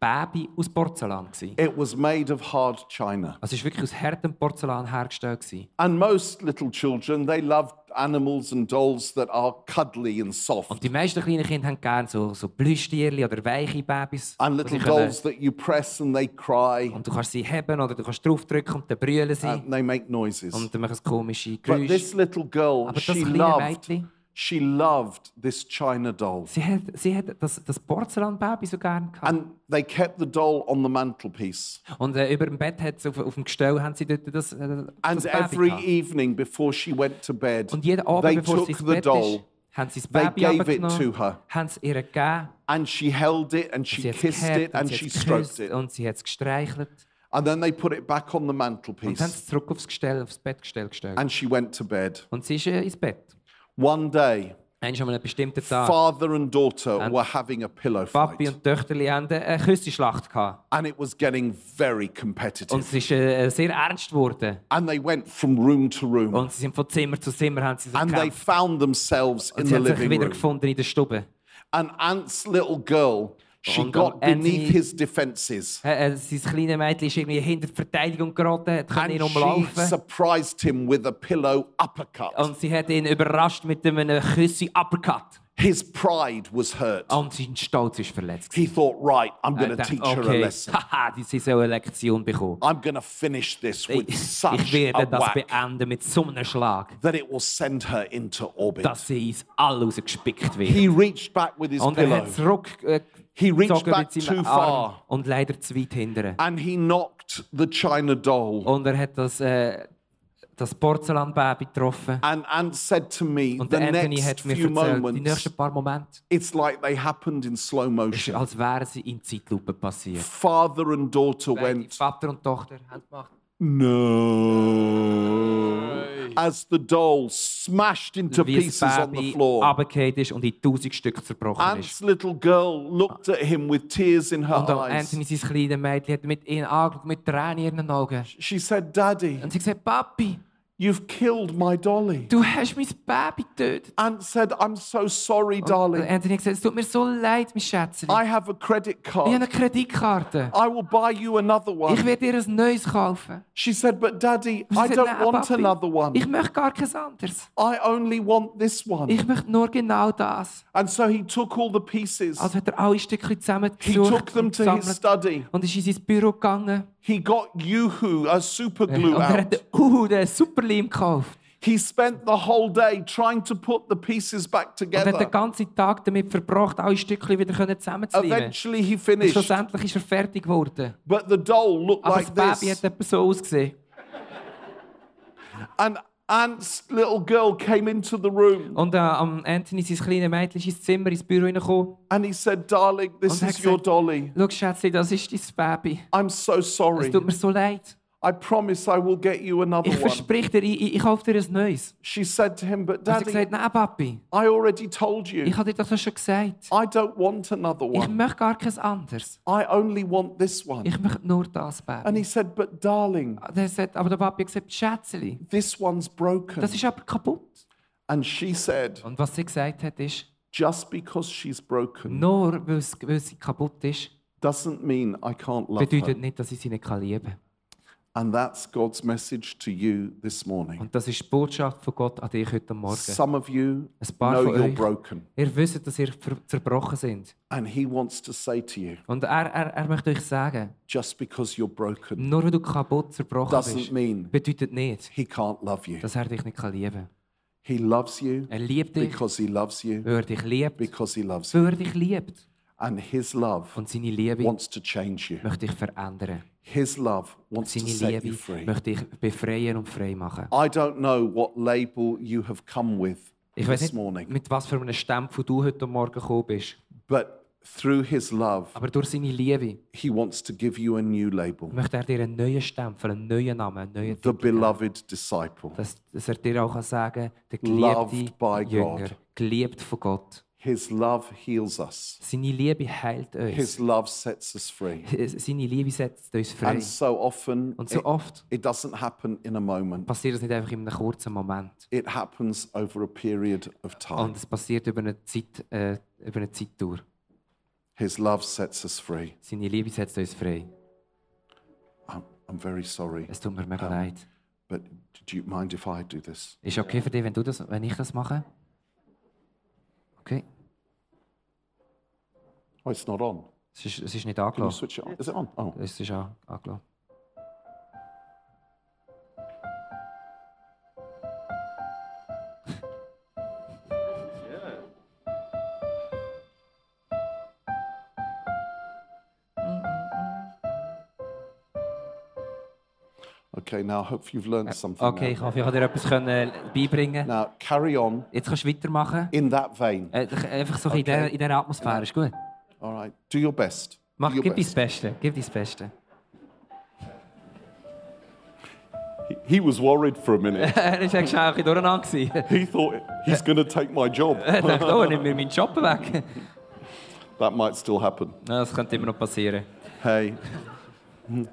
[SPEAKER 2] Baby aus Porzellan. Gewesen.
[SPEAKER 3] It was made of hard china.
[SPEAKER 2] Also es war wirklich aus härtem Porzellan hergestellt. Gewesen.
[SPEAKER 3] And most little children, they love animals and dolls that are cuddly and
[SPEAKER 2] Und
[SPEAKER 3] soft,
[SPEAKER 2] die meisten kleinen Kinder haben gerne so, so Plüschtierli oder weiche Babys.
[SPEAKER 3] and
[SPEAKER 2] die
[SPEAKER 3] little
[SPEAKER 2] sie können-
[SPEAKER 3] dolls that you press and they cry.
[SPEAKER 2] Und du kannst sie heben oder du kannst draufdrücken und dann brüllen sie.
[SPEAKER 3] and they make noises.
[SPEAKER 2] und dann machen sie komische
[SPEAKER 3] Ähm, But
[SPEAKER 2] Geräusche.
[SPEAKER 3] this little girl,
[SPEAKER 2] Aber das
[SPEAKER 3] she
[SPEAKER 2] kleine
[SPEAKER 3] loved,
[SPEAKER 2] Mädchen,
[SPEAKER 3] she loved this china doll.
[SPEAKER 2] sie hat, sie hat das, das Porzellanbaby so gerne gehabt.
[SPEAKER 3] And they kept the doll on the mantelpiece.
[SPEAKER 2] und äh, über dem Bett hat sie, auf, auf dem Gestell haben sie dort das, äh,
[SPEAKER 3] And
[SPEAKER 2] das Baby
[SPEAKER 3] every
[SPEAKER 2] gehabt.
[SPEAKER 3] evening before she went to bed,
[SPEAKER 2] Und jeden
[SPEAKER 3] they
[SPEAKER 2] Abend, bevor
[SPEAKER 3] took
[SPEAKER 2] sie ins
[SPEAKER 3] the
[SPEAKER 2] Bett ist,
[SPEAKER 3] doll
[SPEAKER 2] haben sie das
[SPEAKER 3] they
[SPEAKER 2] Baby
[SPEAKER 3] gave it
[SPEAKER 2] abgenommen,
[SPEAKER 3] to her.
[SPEAKER 2] haben es ihr gegeben,
[SPEAKER 3] and she held it and
[SPEAKER 2] sie
[SPEAKER 3] she
[SPEAKER 2] hat es
[SPEAKER 3] kissed it
[SPEAKER 2] gehabt und
[SPEAKER 3] and
[SPEAKER 2] sie
[SPEAKER 3] she
[SPEAKER 2] hat
[SPEAKER 3] stroked
[SPEAKER 2] geküsst
[SPEAKER 3] it.
[SPEAKER 2] und sie hat es gestreichelt.
[SPEAKER 3] And then they put it back on
[SPEAKER 2] Und
[SPEAKER 3] the
[SPEAKER 2] haben
[SPEAKER 3] mantelpiece
[SPEAKER 2] es zurück aufs Gestell, aufs Bettgestell gestellt.
[SPEAKER 3] and she went to bed.
[SPEAKER 2] Und sie ist äh, ins Bett.
[SPEAKER 3] One day,
[SPEAKER 2] Einmal an einem bestimmten Tag.
[SPEAKER 3] father and daughter were having a pillow
[SPEAKER 2] Papi
[SPEAKER 3] fight
[SPEAKER 2] und Töchterli hatten eine Küssenschlacht. gehabt.
[SPEAKER 3] and it was getting very
[SPEAKER 2] Und
[SPEAKER 3] competitive.
[SPEAKER 2] es ist äh, sehr ernst geworden.
[SPEAKER 3] And they went from room to room.
[SPEAKER 2] Und sie sind von Zimmer zu Zimmer haben sie sich
[SPEAKER 3] and they
[SPEAKER 2] gekämpft.
[SPEAKER 3] found themselves in
[SPEAKER 2] Und sie
[SPEAKER 3] the
[SPEAKER 2] haben sich
[SPEAKER 3] living room.
[SPEAKER 2] wiedergefunden in der Stube.
[SPEAKER 3] And Ant's little girl, she
[SPEAKER 2] Und
[SPEAKER 3] got
[SPEAKER 2] Anthony-
[SPEAKER 3] beneath his defenses.
[SPEAKER 2] Äh, äh, sein kleines Mädchen ist irgendwie hinter die Verteidigung geraten, hat können
[SPEAKER 3] And
[SPEAKER 2] ihn
[SPEAKER 3] she
[SPEAKER 2] umlaufen.
[SPEAKER 3] surprised him with a pillow uppercut.
[SPEAKER 2] Und sie hat ihn überrascht mit einem Küssi Uppercut.
[SPEAKER 3] His pride was hurt.
[SPEAKER 2] Und sein Stolz ist verletzt.
[SPEAKER 3] He thought, right, I'm
[SPEAKER 2] Er
[SPEAKER 3] going to
[SPEAKER 2] dachte,
[SPEAKER 3] teach her a
[SPEAKER 2] okay,
[SPEAKER 3] lesson.
[SPEAKER 2] haha, die- sie soll eine Lektion bekommen.
[SPEAKER 3] I'm going to finish this with
[SPEAKER 2] Ich
[SPEAKER 3] such a
[SPEAKER 2] werde das
[SPEAKER 3] whack
[SPEAKER 2] beenden mit so einem Schlag,
[SPEAKER 3] that it will send her into orbit.
[SPEAKER 2] dass sie uns alle rausgespickt wird.
[SPEAKER 3] He reached back with his
[SPEAKER 2] Und er
[SPEAKER 3] pillow
[SPEAKER 2] hat zurückgezogen
[SPEAKER 3] He reached back
[SPEAKER 2] mit
[SPEAKER 3] too
[SPEAKER 2] seinem Arm
[SPEAKER 3] far.
[SPEAKER 2] und leider zu weit hinterher.
[SPEAKER 3] and he knocked the china doll
[SPEAKER 2] Und er hat das, äh, das Porzellanbaby getroffen.
[SPEAKER 3] and, and said to me,
[SPEAKER 2] Und
[SPEAKER 3] the
[SPEAKER 2] der Anthony
[SPEAKER 3] next
[SPEAKER 2] hat mir
[SPEAKER 3] few
[SPEAKER 2] erzählt, die
[SPEAKER 3] moments,
[SPEAKER 2] nächsten paar Momente,
[SPEAKER 3] it's like they happened in slow
[SPEAKER 2] ist,
[SPEAKER 3] motion.
[SPEAKER 2] als wären sie in Zeitlupe passiert.
[SPEAKER 3] Father and daughter
[SPEAKER 2] Beide,
[SPEAKER 3] went,
[SPEAKER 2] Vater und Tochter haben gemacht.
[SPEAKER 3] no, as the doll smashed into
[SPEAKER 2] Wie das
[SPEAKER 3] pieces on the
[SPEAKER 2] Baby
[SPEAKER 3] floor.
[SPEAKER 2] runtergefallen ist und in tausend Stück zerbrochen ist.
[SPEAKER 3] Ant's little girl looked at him with tears in her
[SPEAKER 2] Und auch
[SPEAKER 3] eyes.
[SPEAKER 2] Anthony, sein kleines Mädchen, hat mit ihnen angeschaut, mit Tränen in ihren Augen.
[SPEAKER 3] She said, Daddy,
[SPEAKER 2] Und sie hat gesagt, Papi,
[SPEAKER 3] you've killed my dolly.
[SPEAKER 2] du hast mein Baby getötet.
[SPEAKER 3] Aunt said, I'm so sorry,
[SPEAKER 2] Und
[SPEAKER 3] darling.
[SPEAKER 2] Anthony hat gesagt, es tut mir so leid, mein Schätzchen.
[SPEAKER 3] I have a credit
[SPEAKER 2] Ich habe eine
[SPEAKER 3] card.
[SPEAKER 2] Kreditkarte.
[SPEAKER 3] I will buy you another
[SPEAKER 2] Ich
[SPEAKER 3] one.
[SPEAKER 2] werde dir ein neues kaufen.
[SPEAKER 3] She said, But Daddy,
[SPEAKER 2] Und sie
[SPEAKER 3] I
[SPEAKER 2] sagt,
[SPEAKER 3] don't
[SPEAKER 2] «Nein,
[SPEAKER 3] want
[SPEAKER 2] Papi,
[SPEAKER 3] another
[SPEAKER 2] Ich
[SPEAKER 3] one.
[SPEAKER 2] möchte gar kein anderes.
[SPEAKER 3] I only want this one.
[SPEAKER 2] Ich möchte nur genau das.
[SPEAKER 3] And so he took all the pieces.
[SPEAKER 2] Also hat er alle Stückchen
[SPEAKER 3] He
[SPEAKER 2] zusammengesucht
[SPEAKER 3] took them
[SPEAKER 2] und
[SPEAKER 3] to his
[SPEAKER 2] gesammelt
[SPEAKER 3] study.
[SPEAKER 2] und ist in sein Büro gegangen.
[SPEAKER 3] He got Yoo-Hoo, a super
[SPEAKER 2] Und
[SPEAKER 3] glue
[SPEAKER 2] er
[SPEAKER 3] out.
[SPEAKER 2] hat den, uh, den Superleim gekauft.
[SPEAKER 3] He spent the whole day trying to put the pieces back
[SPEAKER 2] Und hat den
[SPEAKER 3] together.
[SPEAKER 2] ganzen Tag damit verbracht, alle Stückchen wieder können zusammenzunehmen.
[SPEAKER 3] Eventually, he
[SPEAKER 2] Und
[SPEAKER 3] finished.
[SPEAKER 2] schlussendlich ist er fertig geworden.
[SPEAKER 3] But the doll looked
[SPEAKER 2] Aber
[SPEAKER 3] like
[SPEAKER 2] das Baby
[SPEAKER 3] this.
[SPEAKER 2] hat etwa so ausgesehen.
[SPEAKER 3] And Ant's little girl came into the room
[SPEAKER 2] Und äh, am Anthony, sein kleines Mädchen, ist ins Zimmer, ins Büro reingekommen.
[SPEAKER 3] and he said, Darling, this
[SPEAKER 2] Und er
[SPEAKER 3] is
[SPEAKER 2] hat
[SPEAKER 3] your
[SPEAKER 2] gesagt-
[SPEAKER 3] dolly.
[SPEAKER 2] Schau, Schätzchen, das ist dein Baby.
[SPEAKER 3] I'm so
[SPEAKER 2] Es
[SPEAKER 3] sorry.
[SPEAKER 2] tut mir so leid.
[SPEAKER 3] I promise I will get you another
[SPEAKER 2] Ich
[SPEAKER 3] one.
[SPEAKER 2] verspreche dir, ich, ich- ich kaufe dir ein neues.
[SPEAKER 3] She said to him, But
[SPEAKER 2] Und sie hat
[SPEAKER 3] Daddy,
[SPEAKER 2] gesagt, nein, Papi,
[SPEAKER 3] I already told
[SPEAKER 2] ich
[SPEAKER 3] you,
[SPEAKER 2] habe dir das doch schon gesagt.
[SPEAKER 3] I don't want another
[SPEAKER 2] Ich
[SPEAKER 3] one.
[SPEAKER 2] möchte gar kein anderes.
[SPEAKER 3] I only want this one.
[SPEAKER 2] Ich möchte nur das
[SPEAKER 3] And
[SPEAKER 2] Baby.
[SPEAKER 3] he said, But darling,
[SPEAKER 2] Und er sagt, aber der Papi hat gesagt, Schätzchen,
[SPEAKER 3] this one's broken.
[SPEAKER 2] das ist aber kaputt.
[SPEAKER 3] And she said,
[SPEAKER 2] Und was sie gesagt hat, ist,
[SPEAKER 3] Just because she's broken
[SPEAKER 2] nur weil es- weil sie kaputt ist,
[SPEAKER 3] doesn't mean I can't love her.
[SPEAKER 2] bedeutet nicht, dass ich sie nicht lieben kann.
[SPEAKER 3] And that's God's message to you this morning.
[SPEAKER 2] Und das ist die Botschaft von Gott an dich heute Morgen.
[SPEAKER 3] Some of you
[SPEAKER 2] Ein paar
[SPEAKER 3] know
[SPEAKER 2] von
[SPEAKER 3] you're
[SPEAKER 2] euch.
[SPEAKER 3] broken,
[SPEAKER 2] Ihr wisst, dass ihr ver- zerbrochen sind.
[SPEAKER 3] and He wants to say to you,
[SPEAKER 2] Und er, er, er möchte euch sagen,
[SPEAKER 3] just because you're broken
[SPEAKER 2] nur weil du kaputt zerbrochen
[SPEAKER 3] doesn't
[SPEAKER 2] bist,
[SPEAKER 3] mean
[SPEAKER 2] bedeutet nicht,
[SPEAKER 3] He can't love you.
[SPEAKER 2] dass er dich nicht lieben kann.
[SPEAKER 3] He loves you
[SPEAKER 2] Er liebt dich,
[SPEAKER 3] because He loves you,
[SPEAKER 2] weil er dich liebt,
[SPEAKER 3] because He loves you.
[SPEAKER 2] weil er dich liebt.
[SPEAKER 3] And His love
[SPEAKER 2] Und seine Liebe
[SPEAKER 3] wants to change you,
[SPEAKER 2] möchte dich verändern.
[SPEAKER 3] His love wants to
[SPEAKER 2] Seine
[SPEAKER 3] set you
[SPEAKER 2] Liebe
[SPEAKER 3] free.
[SPEAKER 2] möchte dich befreien und frei machen.
[SPEAKER 3] I don't know what label you have come with
[SPEAKER 2] Ich weiß
[SPEAKER 3] this
[SPEAKER 2] nicht,
[SPEAKER 3] morning,
[SPEAKER 2] mit was für einem Stempel du heute Morgen gekommen bist,
[SPEAKER 3] but through His love,
[SPEAKER 2] aber durch seine Liebe
[SPEAKER 3] He wants to give you a new label
[SPEAKER 2] möchte er dir einen neuen Stempel, einen neuen Namen, einen neuen
[SPEAKER 3] the
[SPEAKER 2] Titel geben.
[SPEAKER 3] beloved disciple.
[SPEAKER 2] dass, dass er dir auch kann sagen kann, der geliebte
[SPEAKER 3] Loved by
[SPEAKER 2] Jünger,
[SPEAKER 3] God.
[SPEAKER 2] geliebt von Gott.
[SPEAKER 3] His love heals us.
[SPEAKER 2] Seine Liebe heilt uns.
[SPEAKER 3] His love sets us free.
[SPEAKER 2] Seine Liebe setzt uns frei.
[SPEAKER 3] And so often,
[SPEAKER 2] Und so
[SPEAKER 3] it,
[SPEAKER 2] oft
[SPEAKER 3] it doesn't happen in a moment.
[SPEAKER 2] passiert das nicht einfach in einem kurzen Moment.
[SPEAKER 3] It happens over a period of
[SPEAKER 2] Und
[SPEAKER 3] time.
[SPEAKER 2] es passiert über eine, Zeit, äh, über eine Zeitdauer.
[SPEAKER 3] His love sets us free.
[SPEAKER 2] Seine Liebe setzt uns frei.
[SPEAKER 3] I'm, I'm very sorry,
[SPEAKER 2] Es tut mir mega leid.
[SPEAKER 3] but do you mind if I do this?
[SPEAKER 2] Ist okay für dich, wenn, du das, wenn ich das mache? Okay.
[SPEAKER 3] Oh, it's not on.
[SPEAKER 2] Es ist, es ist nicht
[SPEAKER 3] Can you
[SPEAKER 2] angelaufen.
[SPEAKER 3] switch it on? Is it on? Oh.
[SPEAKER 2] Es ist an, angelaufen.
[SPEAKER 3] Okay, now I hope you've learned something.
[SPEAKER 2] Okay, ich
[SPEAKER 3] now.
[SPEAKER 2] hoffe, ich kann dir etwas können äh, beibringen.
[SPEAKER 3] Now, carry on
[SPEAKER 2] Jetzt kannst du weitermachen.
[SPEAKER 3] in that vein.
[SPEAKER 2] Äh, einfach so in dieser in dieser Atmosphäre, ist gut.
[SPEAKER 3] All right. Do your best.
[SPEAKER 2] Mach,
[SPEAKER 3] Do your
[SPEAKER 2] gib dein
[SPEAKER 3] best.
[SPEAKER 2] Beste, gib dein Beste.
[SPEAKER 3] He- He was worried for a minute.
[SPEAKER 2] er war eigentlich schon ein bisschen durcheinander. gewesen.
[SPEAKER 3] He thought he's going to take my job.
[SPEAKER 2] er dachte, oh, er nimmt mir meinen Job weg.
[SPEAKER 3] That might still happen.
[SPEAKER 2] Ja, das könnte immer noch passieren.
[SPEAKER 3] Hey.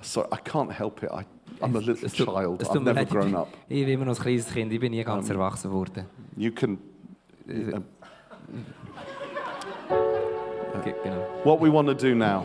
[SPEAKER 3] Sorry, I can't help it. I, I'm a little
[SPEAKER 2] Es tut-
[SPEAKER 3] child.
[SPEAKER 2] es tut
[SPEAKER 3] I've
[SPEAKER 2] mir
[SPEAKER 3] never
[SPEAKER 2] leid, ich
[SPEAKER 3] grown
[SPEAKER 2] bin-
[SPEAKER 3] up.
[SPEAKER 2] Ich bin immer noch ein kleines Kind, ich bin nie ganz erwachsen worden.
[SPEAKER 3] You can.
[SPEAKER 2] Ge- Genau.
[SPEAKER 3] What we want to do now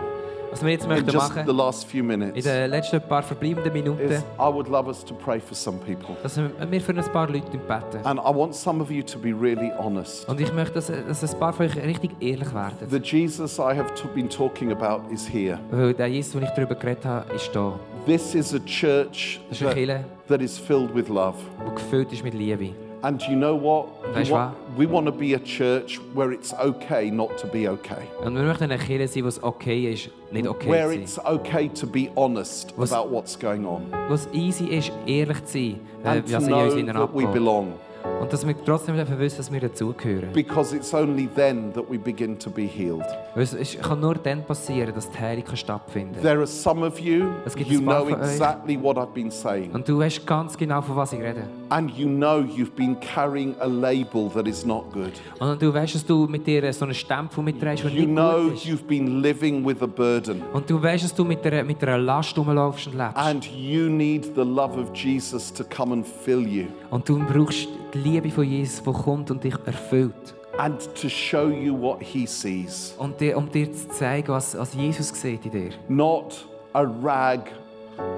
[SPEAKER 2] Was wir jetzt
[SPEAKER 3] In
[SPEAKER 2] möchten
[SPEAKER 3] just the
[SPEAKER 2] machen,
[SPEAKER 3] last few
[SPEAKER 2] in
[SPEAKER 3] minutes
[SPEAKER 2] den letzten paar verbleibenden
[SPEAKER 3] is
[SPEAKER 2] Minuten,
[SPEAKER 3] I would love us to pray for some people.
[SPEAKER 2] dass wir wir für ein paar Leute beten.
[SPEAKER 3] And I want some of you to be really honest.
[SPEAKER 2] Und ich möchte, dass, dass ein paar von euch richtig ehrlich werden.
[SPEAKER 3] The Jesus I have t- been talking about is here.
[SPEAKER 2] Weil der Jesus, den ich darüber geredet habe, ist da.
[SPEAKER 3] This is a church
[SPEAKER 2] Das ist eine
[SPEAKER 3] that,
[SPEAKER 2] Kirche,
[SPEAKER 3] that is filled with love.
[SPEAKER 2] die gefüllt ist mit Liebe.
[SPEAKER 3] And do you know what?
[SPEAKER 2] Weißt
[SPEAKER 3] We
[SPEAKER 2] du
[SPEAKER 3] want, we want to be a church where it's okay not to be okay.
[SPEAKER 2] Und wir möchten eine Kirche sein, wo es okay ist, nicht
[SPEAKER 3] Where
[SPEAKER 2] okay zu
[SPEAKER 3] it's
[SPEAKER 2] sein.
[SPEAKER 3] okay to be honest
[SPEAKER 2] Was-
[SPEAKER 3] about what's going on.
[SPEAKER 2] Wo es easy ist, ehrlich zu sein, äh,
[SPEAKER 3] And to
[SPEAKER 2] was in uns
[SPEAKER 3] know that we
[SPEAKER 2] innen
[SPEAKER 3] belong.
[SPEAKER 2] Und dass wir trotzdem dürfen wissen, dass wir dazugehören.
[SPEAKER 3] Because it's only then that we begin to be healed.
[SPEAKER 2] Weil es- Es kann nur dann passieren, dass die Heilung kann stattfinden
[SPEAKER 3] There are some of you,
[SPEAKER 2] Es gibt
[SPEAKER 3] you
[SPEAKER 2] ein paar
[SPEAKER 3] know
[SPEAKER 2] von euch.
[SPEAKER 3] exactly what I've been saying.
[SPEAKER 2] Und du weißt ganz genau, von was ich rede.
[SPEAKER 3] And you know you've been carrying a label that is not good.
[SPEAKER 2] Und du weißt, dass du mit dir so einen Stempel mitträgst, der
[SPEAKER 3] You
[SPEAKER 2] nicht
[SPEAKER 3] know
[SPEAKER 2] gut ist.
[SPEAKER 3] you've been living with a burden.
[SPEAKER 2] Und du weißt, dass du mit einer, mit einer Last rumlaufst und lebst.
[SPEAKER 3] And you need the love of Jesus to come and fill you
[SPEAKER 2] Und du brauchst die Liebe von Jesus, die kommt und dich erfüllt.
[SPEAKER 3] and to show you what he sees.
[SPEAKER 2] Und dir, um dir zu zeigen, was, was Jesus sieht in dir.
[SPEAKER 3] Not a rag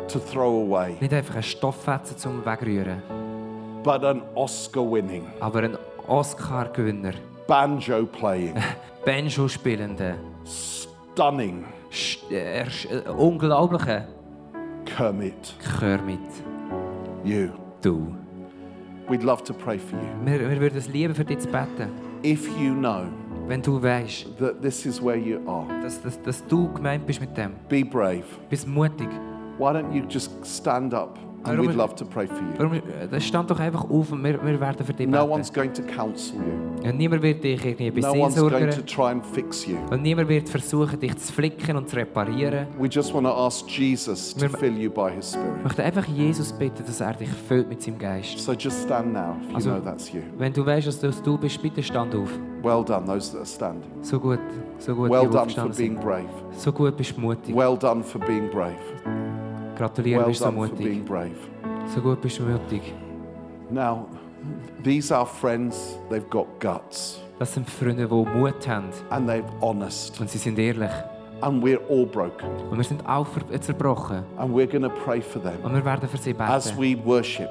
[SPEAKER 3] to throw away,
[SPEAKER 2] Nicht einfach ein Stofffetzen zum Wegrühren,
[SPEAKER 3] but an Oscar winning,
[SPEAKER 2] aber ein Oscar-Gewinner,
[SPEAKER 3] banjo playing,
[SPEAKER 2] Banjo-Spielender,
[SPEAKER 3] stunning
[SPEAKER 2] sch- äh, ersch- äh, unglaublicher
[SPEAKER 3] Kermit.
[SPEAKER 2] Kermit.
[SPEAKER 3] You.
[SPEAKER 2] Du.
[SPEAKER 3] We'd love to pray for you.
[SPEAKER 2] Wir, wir würden es lieben, für dich zu beten,
[SPEAKER 3] If you know
[SPEAKER 2] wenn du weißt,
[SPEAKER 3] that this is where you are,
[SPEAKER 2] dass, dass, dass du gemeint bist mit dem.
[SPEAKER 3] be brave.
[SPEAKER 2] Bist mutig.
[SPEAKER 3] Why don't you just stand up and
[SPEAKER 2] Warum-
[SPEAKER 3] we'd love to pray for you?
[SPEAKER 2] Warum, äh, dann stand doch einfach auf und wir, wir werden für dich
[SPEAKER 3] No
[SPEAKER 2] beten.
[SPEAKER 3] one's going to counsel you.
[SPEAKER 2] und niemand wird dich irgendwie
[SPEAKER 3] No one's going to
[SPEAKER 2] beseelsorgen.
[SPEAKER 3] try and fix you.
[SPEAKER 2] Und niemand wird versuchen, dich zu flicken und zu reparieren.
[SPEAKER 3] We just want to ask Jesus to
[SPEAKER 2] Wir-
[SPEAKER 3] fill you by his
[SPEAKER 2] Ich
[SPEAKER 3] Spirit.
[SPEAKER 2] möchte einfach Jesus bitten, dass er dich füllt mit seinem Geist.
[SPEAKER 3] So just stand now if you
[SPEAKER 2] Also-
[SPEAKER 3] know that's you.
[SPEAKER 2] Wenn du weißt, dass das du bist, bitte stand auf.
[SPEAKER 3] Well done, those that are standing.
[SPEAKER 2] So gut, so gut,
[SPEAKER 3] Well
[SPEAKER 2] die, die
[SPEAKER 3] done for
[SPEAKER 2] aufgestanden
[SPEAKER 3] being
[SPEAKER 2] sind.
[SPEAKER 3] brave.
[SPEAKER 2] So gut bist du mutig.
[SPEAKER 3] Well done for being brave.
[SPEAKER 2] Gratuliere,
[SPEAKER 3] Well
[SPEAKER 2] bist so
[SPEAKER 3] done for being
[SPEAKER 2] mutig.
[SPEAKER 3] brave.
[SPEAKER 2] So gut bist du mutig.
[SPEAKER 3] Now, these are friends, they've got guts
[SPEAKER 2] Das sind Freunde, die Mut haben.
[SPEAKER 3] and they're honest.
[SPEAKER 2] Und sie sind ehrlich.
[SPEAKER 3] And we're all broken.
[SPEAKER 2] Und wir sind auch ver- äh, zerbrochen.
[SPEAKER 3] And we're going to pray for them
[SPEAKER 2] Und wir werden für sie
[SPEAKER 3] as
[SPEAKER 2] beten.
[SPEAKER 3] we worship.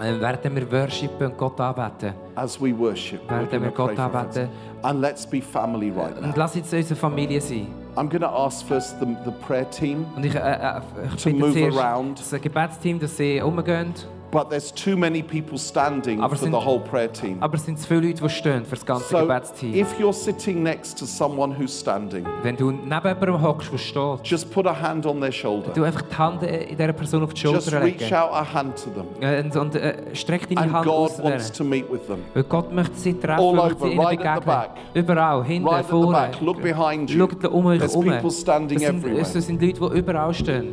[SPEAKER 2] Äh, Werden wir worshipen und Gott anbeten.
[SPEAKER 3] As we worship, we're
[SPEAKER 2] Werden wir
[SPEAKER 3] gonna
[SPEAKER 2] Gott
[SPEAKER 3] pray for friends.
[SPEAKER 2] anbeten.
[SPEAKER 3] And let's be family right
[SPEAKER 2] Und
[SPEAKER 3] now.
[SPEAKER 2] lass jetzt unsere Familie sein.
[SPEAKER 3] I'm going to ask first the, the prayer team.
[SPEAKER 2] Und ich, äh, äh, ich
[SPEAKER 3] To move
[SPEAKER 2] bitte zuerst
[SPEAKER 3] around.
[SPEAKER 2] das Gebetsteam, dass sie umgehen.
[SPEAKER 3] But there's too many people standing
[SPEAKER 2] Aber
[SPEAKER 3] for
[SPEAKER 2] sind-
[SPEAKER 3] the whole prayer team.
[SPEAKER 2] Aber es sind zu viele Leute, die stehen für das ganze
[SPEAKER 3] So
[SPEAKER 2] Gebetsteam.
[SPEAKER 3] if you're sitting next to someone who's standing,
[SPEAKER 2] Wenn du neben jemandem hockst, der steht,
[SPEAKER 3] just put a hand on their shoulder.
[SPEAKER 2] du einfach die Hand äh, in dieser Person auf die
[SPEAKER 3] Just
[SPEAKER 2] Schulter
[SPEAKER 3] reach
[SPEAKER 2] legen.
[SPEAKER 3] out a hand to them.
[SPEAKER 2] Äh, Und, und äh, streck deine
[SPEAKER 3] And
[SPEAKER 2] Hand aus.
[SPEAKER 3] God
[SPEAKER 2] zu
[SPEAKER 3] wants
[SPEAKER 2] denen.
[SPEAKER 3] to meet with them.
[SPEAKER 2] Weil Gott möchte sie treffen,
[SPEAKER 3] All
[SPEAKER 2] möchte
[SPEAKER 3] over,
[SPEAKER 2] sie ihnen
[SPEAKER 3] right at the
[SPEAKER 2] begegnen. Überall, hinten,
[SPEAKER 3] Right at the
[SPEAKER 2] vorne.
[SPEAKER 3] back. Look behind you.
[SPEAKER 2] Schaut um euch
[SPEAKER 3] There's
[SPEAKER 2] herum.
[SPEAKER 3] people standing
[SPEAKER 2] das, sind,
[SPEAKER 3] everywhere.
[SPEAKER 2] es sind Leute, die überall stehen.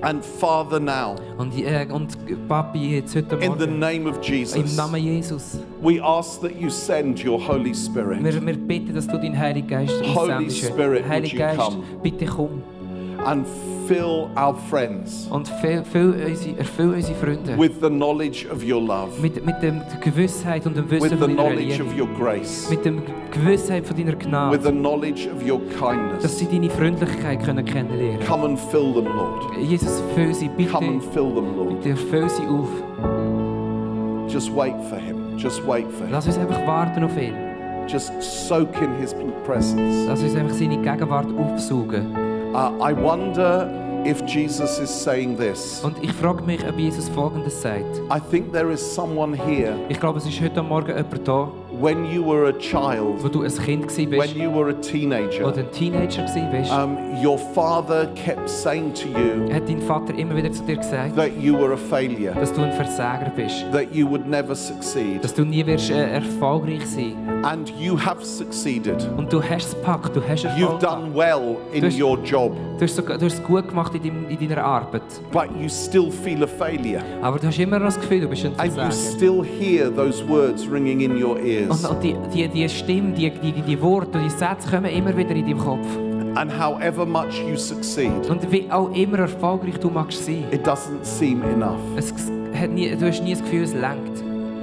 [SPEAKER 3] And Father, now,
[SPEAKER 2] Und, äh, und Papi, jetzt heute
[SPEAKER 3] in the
[SPEAKER 2] Morgen,
[SPEAKER 3] name of
[SPEAKER 2] im
[SPEAKER 3] Jesus,
[SPEAKER 2] Namen Jesus,
[SPEAKER 3] we ask that you send your Holy Spirit
[SPEAKER 2] wir, wir bitten, dass du deinen Heiligen Geist
[SPEAKER 3] Holy
[SPEAKER 2] aussendest. heute.
[SPEAKER 3] Spirit, would
[SPEAKER 2] Heiliger
[SPEAKER 3] you
[SPEAKER 2] Geist,
[SPEAKER 3] come?
[SPEAKER 2] bitte komm
[SPEAKER 3] and fill our friends
[SPEAKER 2] und füll, füll unsere, erfüll unsere Freunde
[SPEAKER 3] with the knowledge of your love,
[SPEAKER 2] mit, mit dem, der Gewissheit und dem Wissen
[SPEAKER 3] with the
[SPEAKER 2] von deiner
[SPEAKER 3] knowledge
[SPEAKER 2] Liebe.
[SPEAKER 3] of your grace,
[SPEAKER 2] Mit dem Gewissheit von deiner
[SPEAKER 3] with
[SPEAKER 2] Gnade,
[SPEAKER 3] the knowledge of your
[SPEAKER 2] dass
[SPEAKER 3] kindness.
[SPEAKER 2] sie deine Freundlichkeit können kennenlernen können.
[SPEAKER 3] Come and fill them, Lord.
[SPEAKER 2] Jesus, füll sie
[SPEAKER 3] Come
[SPEAKER 2] bitte
[SPEAKER 3] and fill them, Lord.
[SPEAKER 2] Bitte füll sie auf.
[SPEAKER 3] Just wait for him. Just wait for him.
[SPEAKER 2] Lass uns einfach warten auf ihn.
[SPEAKER 3] Just soak in his presence.
[SPEAKER 2] Lass uns einfach seine Gegenwart aufsaugen.
[SPEAKER 3] Uh, I wonder if Jesus is saying this.
[SPEAKER 2] Und ich frage mich, ob Jesus Folgendes sagt.
[SPEAKER 3] I think there is someone here
[SPEAKER 2] Ich glaube, es ist heute Morgen jemand da,
[SPEAKER 3] when you were a
[SPEAKER 2] wo
[SPEAKER 3] child,
[SPEAKER 2] du ein Kind gewesen
[SPEAKER 3] when
[SPEAKER 2] bist
[SPEAKER 3] you were a teenager,
[SPEAKER 2] oder ein Teenager gewesen bist.
[SPEAKER 3] um, your father kept saying to you
[SPEAKER 2] Hat dein Vater immer wieder zu dir gesagt,
[SPEAKER 3] that you were a failure,
[SPEAKER 2] dass du ein Versager bist.
[SPEAKER 3] that you would never succeed.
[SPEAKER 2] Dass du nie wirst äh, erfolgreich sein.
[SPEAKER 3] And you have succeeded.
[SPEAKER 2] Und du hast es gepackt, du hast
[SPEAKER 3] You've
[SPEAKER 2] Erfolg.
[SPEAKER 3] done well in
[SPEAKER 2] Dus-
[SPEAKER 3] your job,
[SPEAKER 2] Du hast, sogar, du hast es gut gemacht in, deinem, in deiner Arbeit.
[SPEAKER 3] but you still feel a failure.
[SPEAKER 2] Aber du hast immer noch das Gefühl, du bist ein
[SPEAKER 3] And you
[SPEAKER 2] Versager.
[SPEAKER 3] still hear those words ringing in your ears.
[SPEAKER 2] Und, und die, die, die Stimme, die, die, die Worte, die Sätze kommen immer wieder in deinem Kopf.
[SPEAKER 3] And however much you succeed,
[SPEAKER 2] Und wie auch immer erfolgreich du magst sein,
[SPEAKER 3] it doesn't seem enough.
[SPEAKER 2] es hat nie, du hast nie das Gefühl, es lenkt.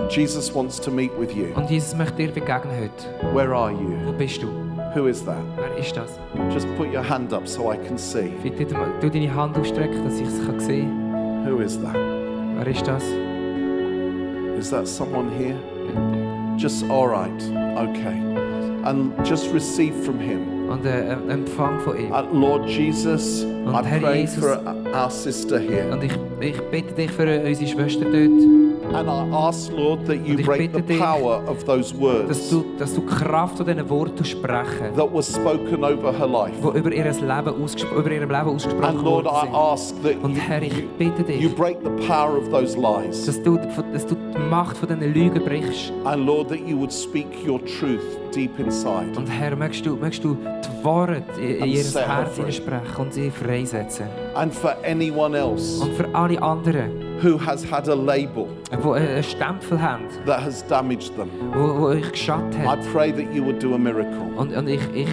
[SPEAKER 3] Jesus wants to meet with you.
[SPEAKER 2] Und Jesus möchte dir begegnen heute.
[SPEAKER 3] Where are you?
[SPEAKER 2] Wo bist du?
[SPEAKER 3] Who is that?
[SPEAKER 2] Wer ist das?
[SPEAKER 3] Just put your hand up so I can see.
[SPEAKER 2] Bitte tu- tu deine Hand ausstrecken, dass ich es sehen
[SPEAKER 3] Who is that?
[SPEAKER 2] kann. Wer ist das?
[SPEAKER 3] Is that someone here? Just, all right, okay. And just receive from him.
[SPEAKER 2] Und äh, ein Empfang von ihm.
[SPEAKER 3] Uh, Lord Jesus, I
[SPEAKER 2] Herr
[SPEAKER 3] pray
[SPEAKER 2] Jesus.
[SPEAKER 3] for uh, our sister here.
[SPEAKER 2] Und ich, ich bitte dich für äh, unsere Schwester dort,
[SPEAKER 3] And I ask, Lord, that you
[SPEAKER 2] Und ich
[SPEAKER 3] break
[SPEAKER 2] bitte
[SPEAKER 3] the
[SPEAKER 2] dich,
[SPEAKER 3] power of those
[SPEAKER 2] dass
[SPEAKER 3] words
[SPEAKER 2] du, dass du die Kraft von diesen Worten sprechen,
[SPEAKER 3] that were spoken over her life.
[SPEAKER 2] die über, ihr Leben ausgespro- über ihrem Leben
[SPEAKER 3] And
[SPEAKER 2] ausgesprochen
[SPEAKER 3] Lord, I
[SPEAKER 2] worden
[SPEAKER 3] ask that
[SPEAKER 2] sind. Und Herr,
[SPEAKER 3] you,
[SPEAKER 2] ich bitte
[SPEAKER 3] you
[SPEAKER 2] dich,
[SPEAKER 3] break the power of those lies.
[SPEAKER 2] dass du, dass du die Macht von diesen Lügen brichst.
[SPEAKER 3] And Lord, that you would speak your truth deep inside.
[SPEAKER 2] Und Herr, möchtest du, möchtest du die Wahrheit in, in
[SPEAKER 3] Und
[SPEAKER 2] ihr
[SPEAKER 3] sehr
[SPEAKER 2] Herz
[SPEAKER 3] frei.
[SPEAKER 2] sprechen und sie freisetzen.
[SPEAKER 3] And for anyone else
[SPEAKER 2] Und für alle anderen,
[SPEAKER 3] who has had a label
[SPEAKER 2] die einen Stempel haben,
[SPEAKER 3] that has damaged them,
[SPEAKER 2] wo, wo euch geschadet
[SPEAKER 3] I
[SPEAKER 2] hat.
[SPEAKER 3] pray that you would do a miracle
[SPEAKER 2] Und, und ich, ich,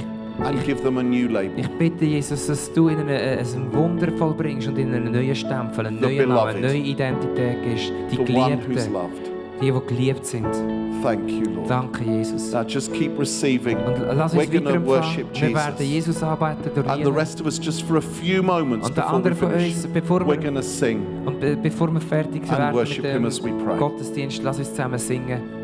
[SPEAKER 3] and give them a new label.
[SPEAKER 2] ich bitte Jesus, dass du ihnen ein, ein Wunder vollbringst und ihnen einen neuen Stempel, einen
[SPEAKER 3] The
[SPEAKER 2] neuen Namen,
[SPEAKER 3] beloved.
[SPEAKER 2] eine neue Identität gibst. Die
[SPEAKER 3] The one who's
[SPEAKER 2] Geliebten,
[SPEAKER 3] loved.
[SPEAKER 2] die, die geliebt sind.
[SPEAKER 3] Thank you, Lord.
[SPEAKER 2] Danke, Jesus.
[SPEAKER 3] Now just keep receiving.
[SPEAKER 2] Und lass
[SPEAKER 3] We're
[SPEAKER 2] uns
[SPEAKER 3] going to
[SPEAKER 2] weiterempfangen.
[SPEAKER 3] worship
[SPEAKER 2] Wir werden
[SPEAKER 3] Jesus.
[SPEAKER 2] Jesus arbeiten durch
[SPEAKER 3] And the
[SPEAKER 2] ihn.
[SPEAKER 3] rest of us, just for a few moments
[SPEAKER 2] Und der
[SPEAKER 3] before we
[SPEAKER 2] andere von
[SPEAKER 3] finish,
[SPEAKER 2] uns, bevor wir-
[SPEAKER 3] we're going to sing.
[SPEAKER 2] Und be bevor wir fertig
[SPEAKER 3] And
[SPEAKER 2] werden
[SPEAKER 3] worship him as we
[SPEAKER 2] mit
[SPEAKER 3] pray.
[SPEAKER 2] dem Gottesdienst, lass uns zusammen singen.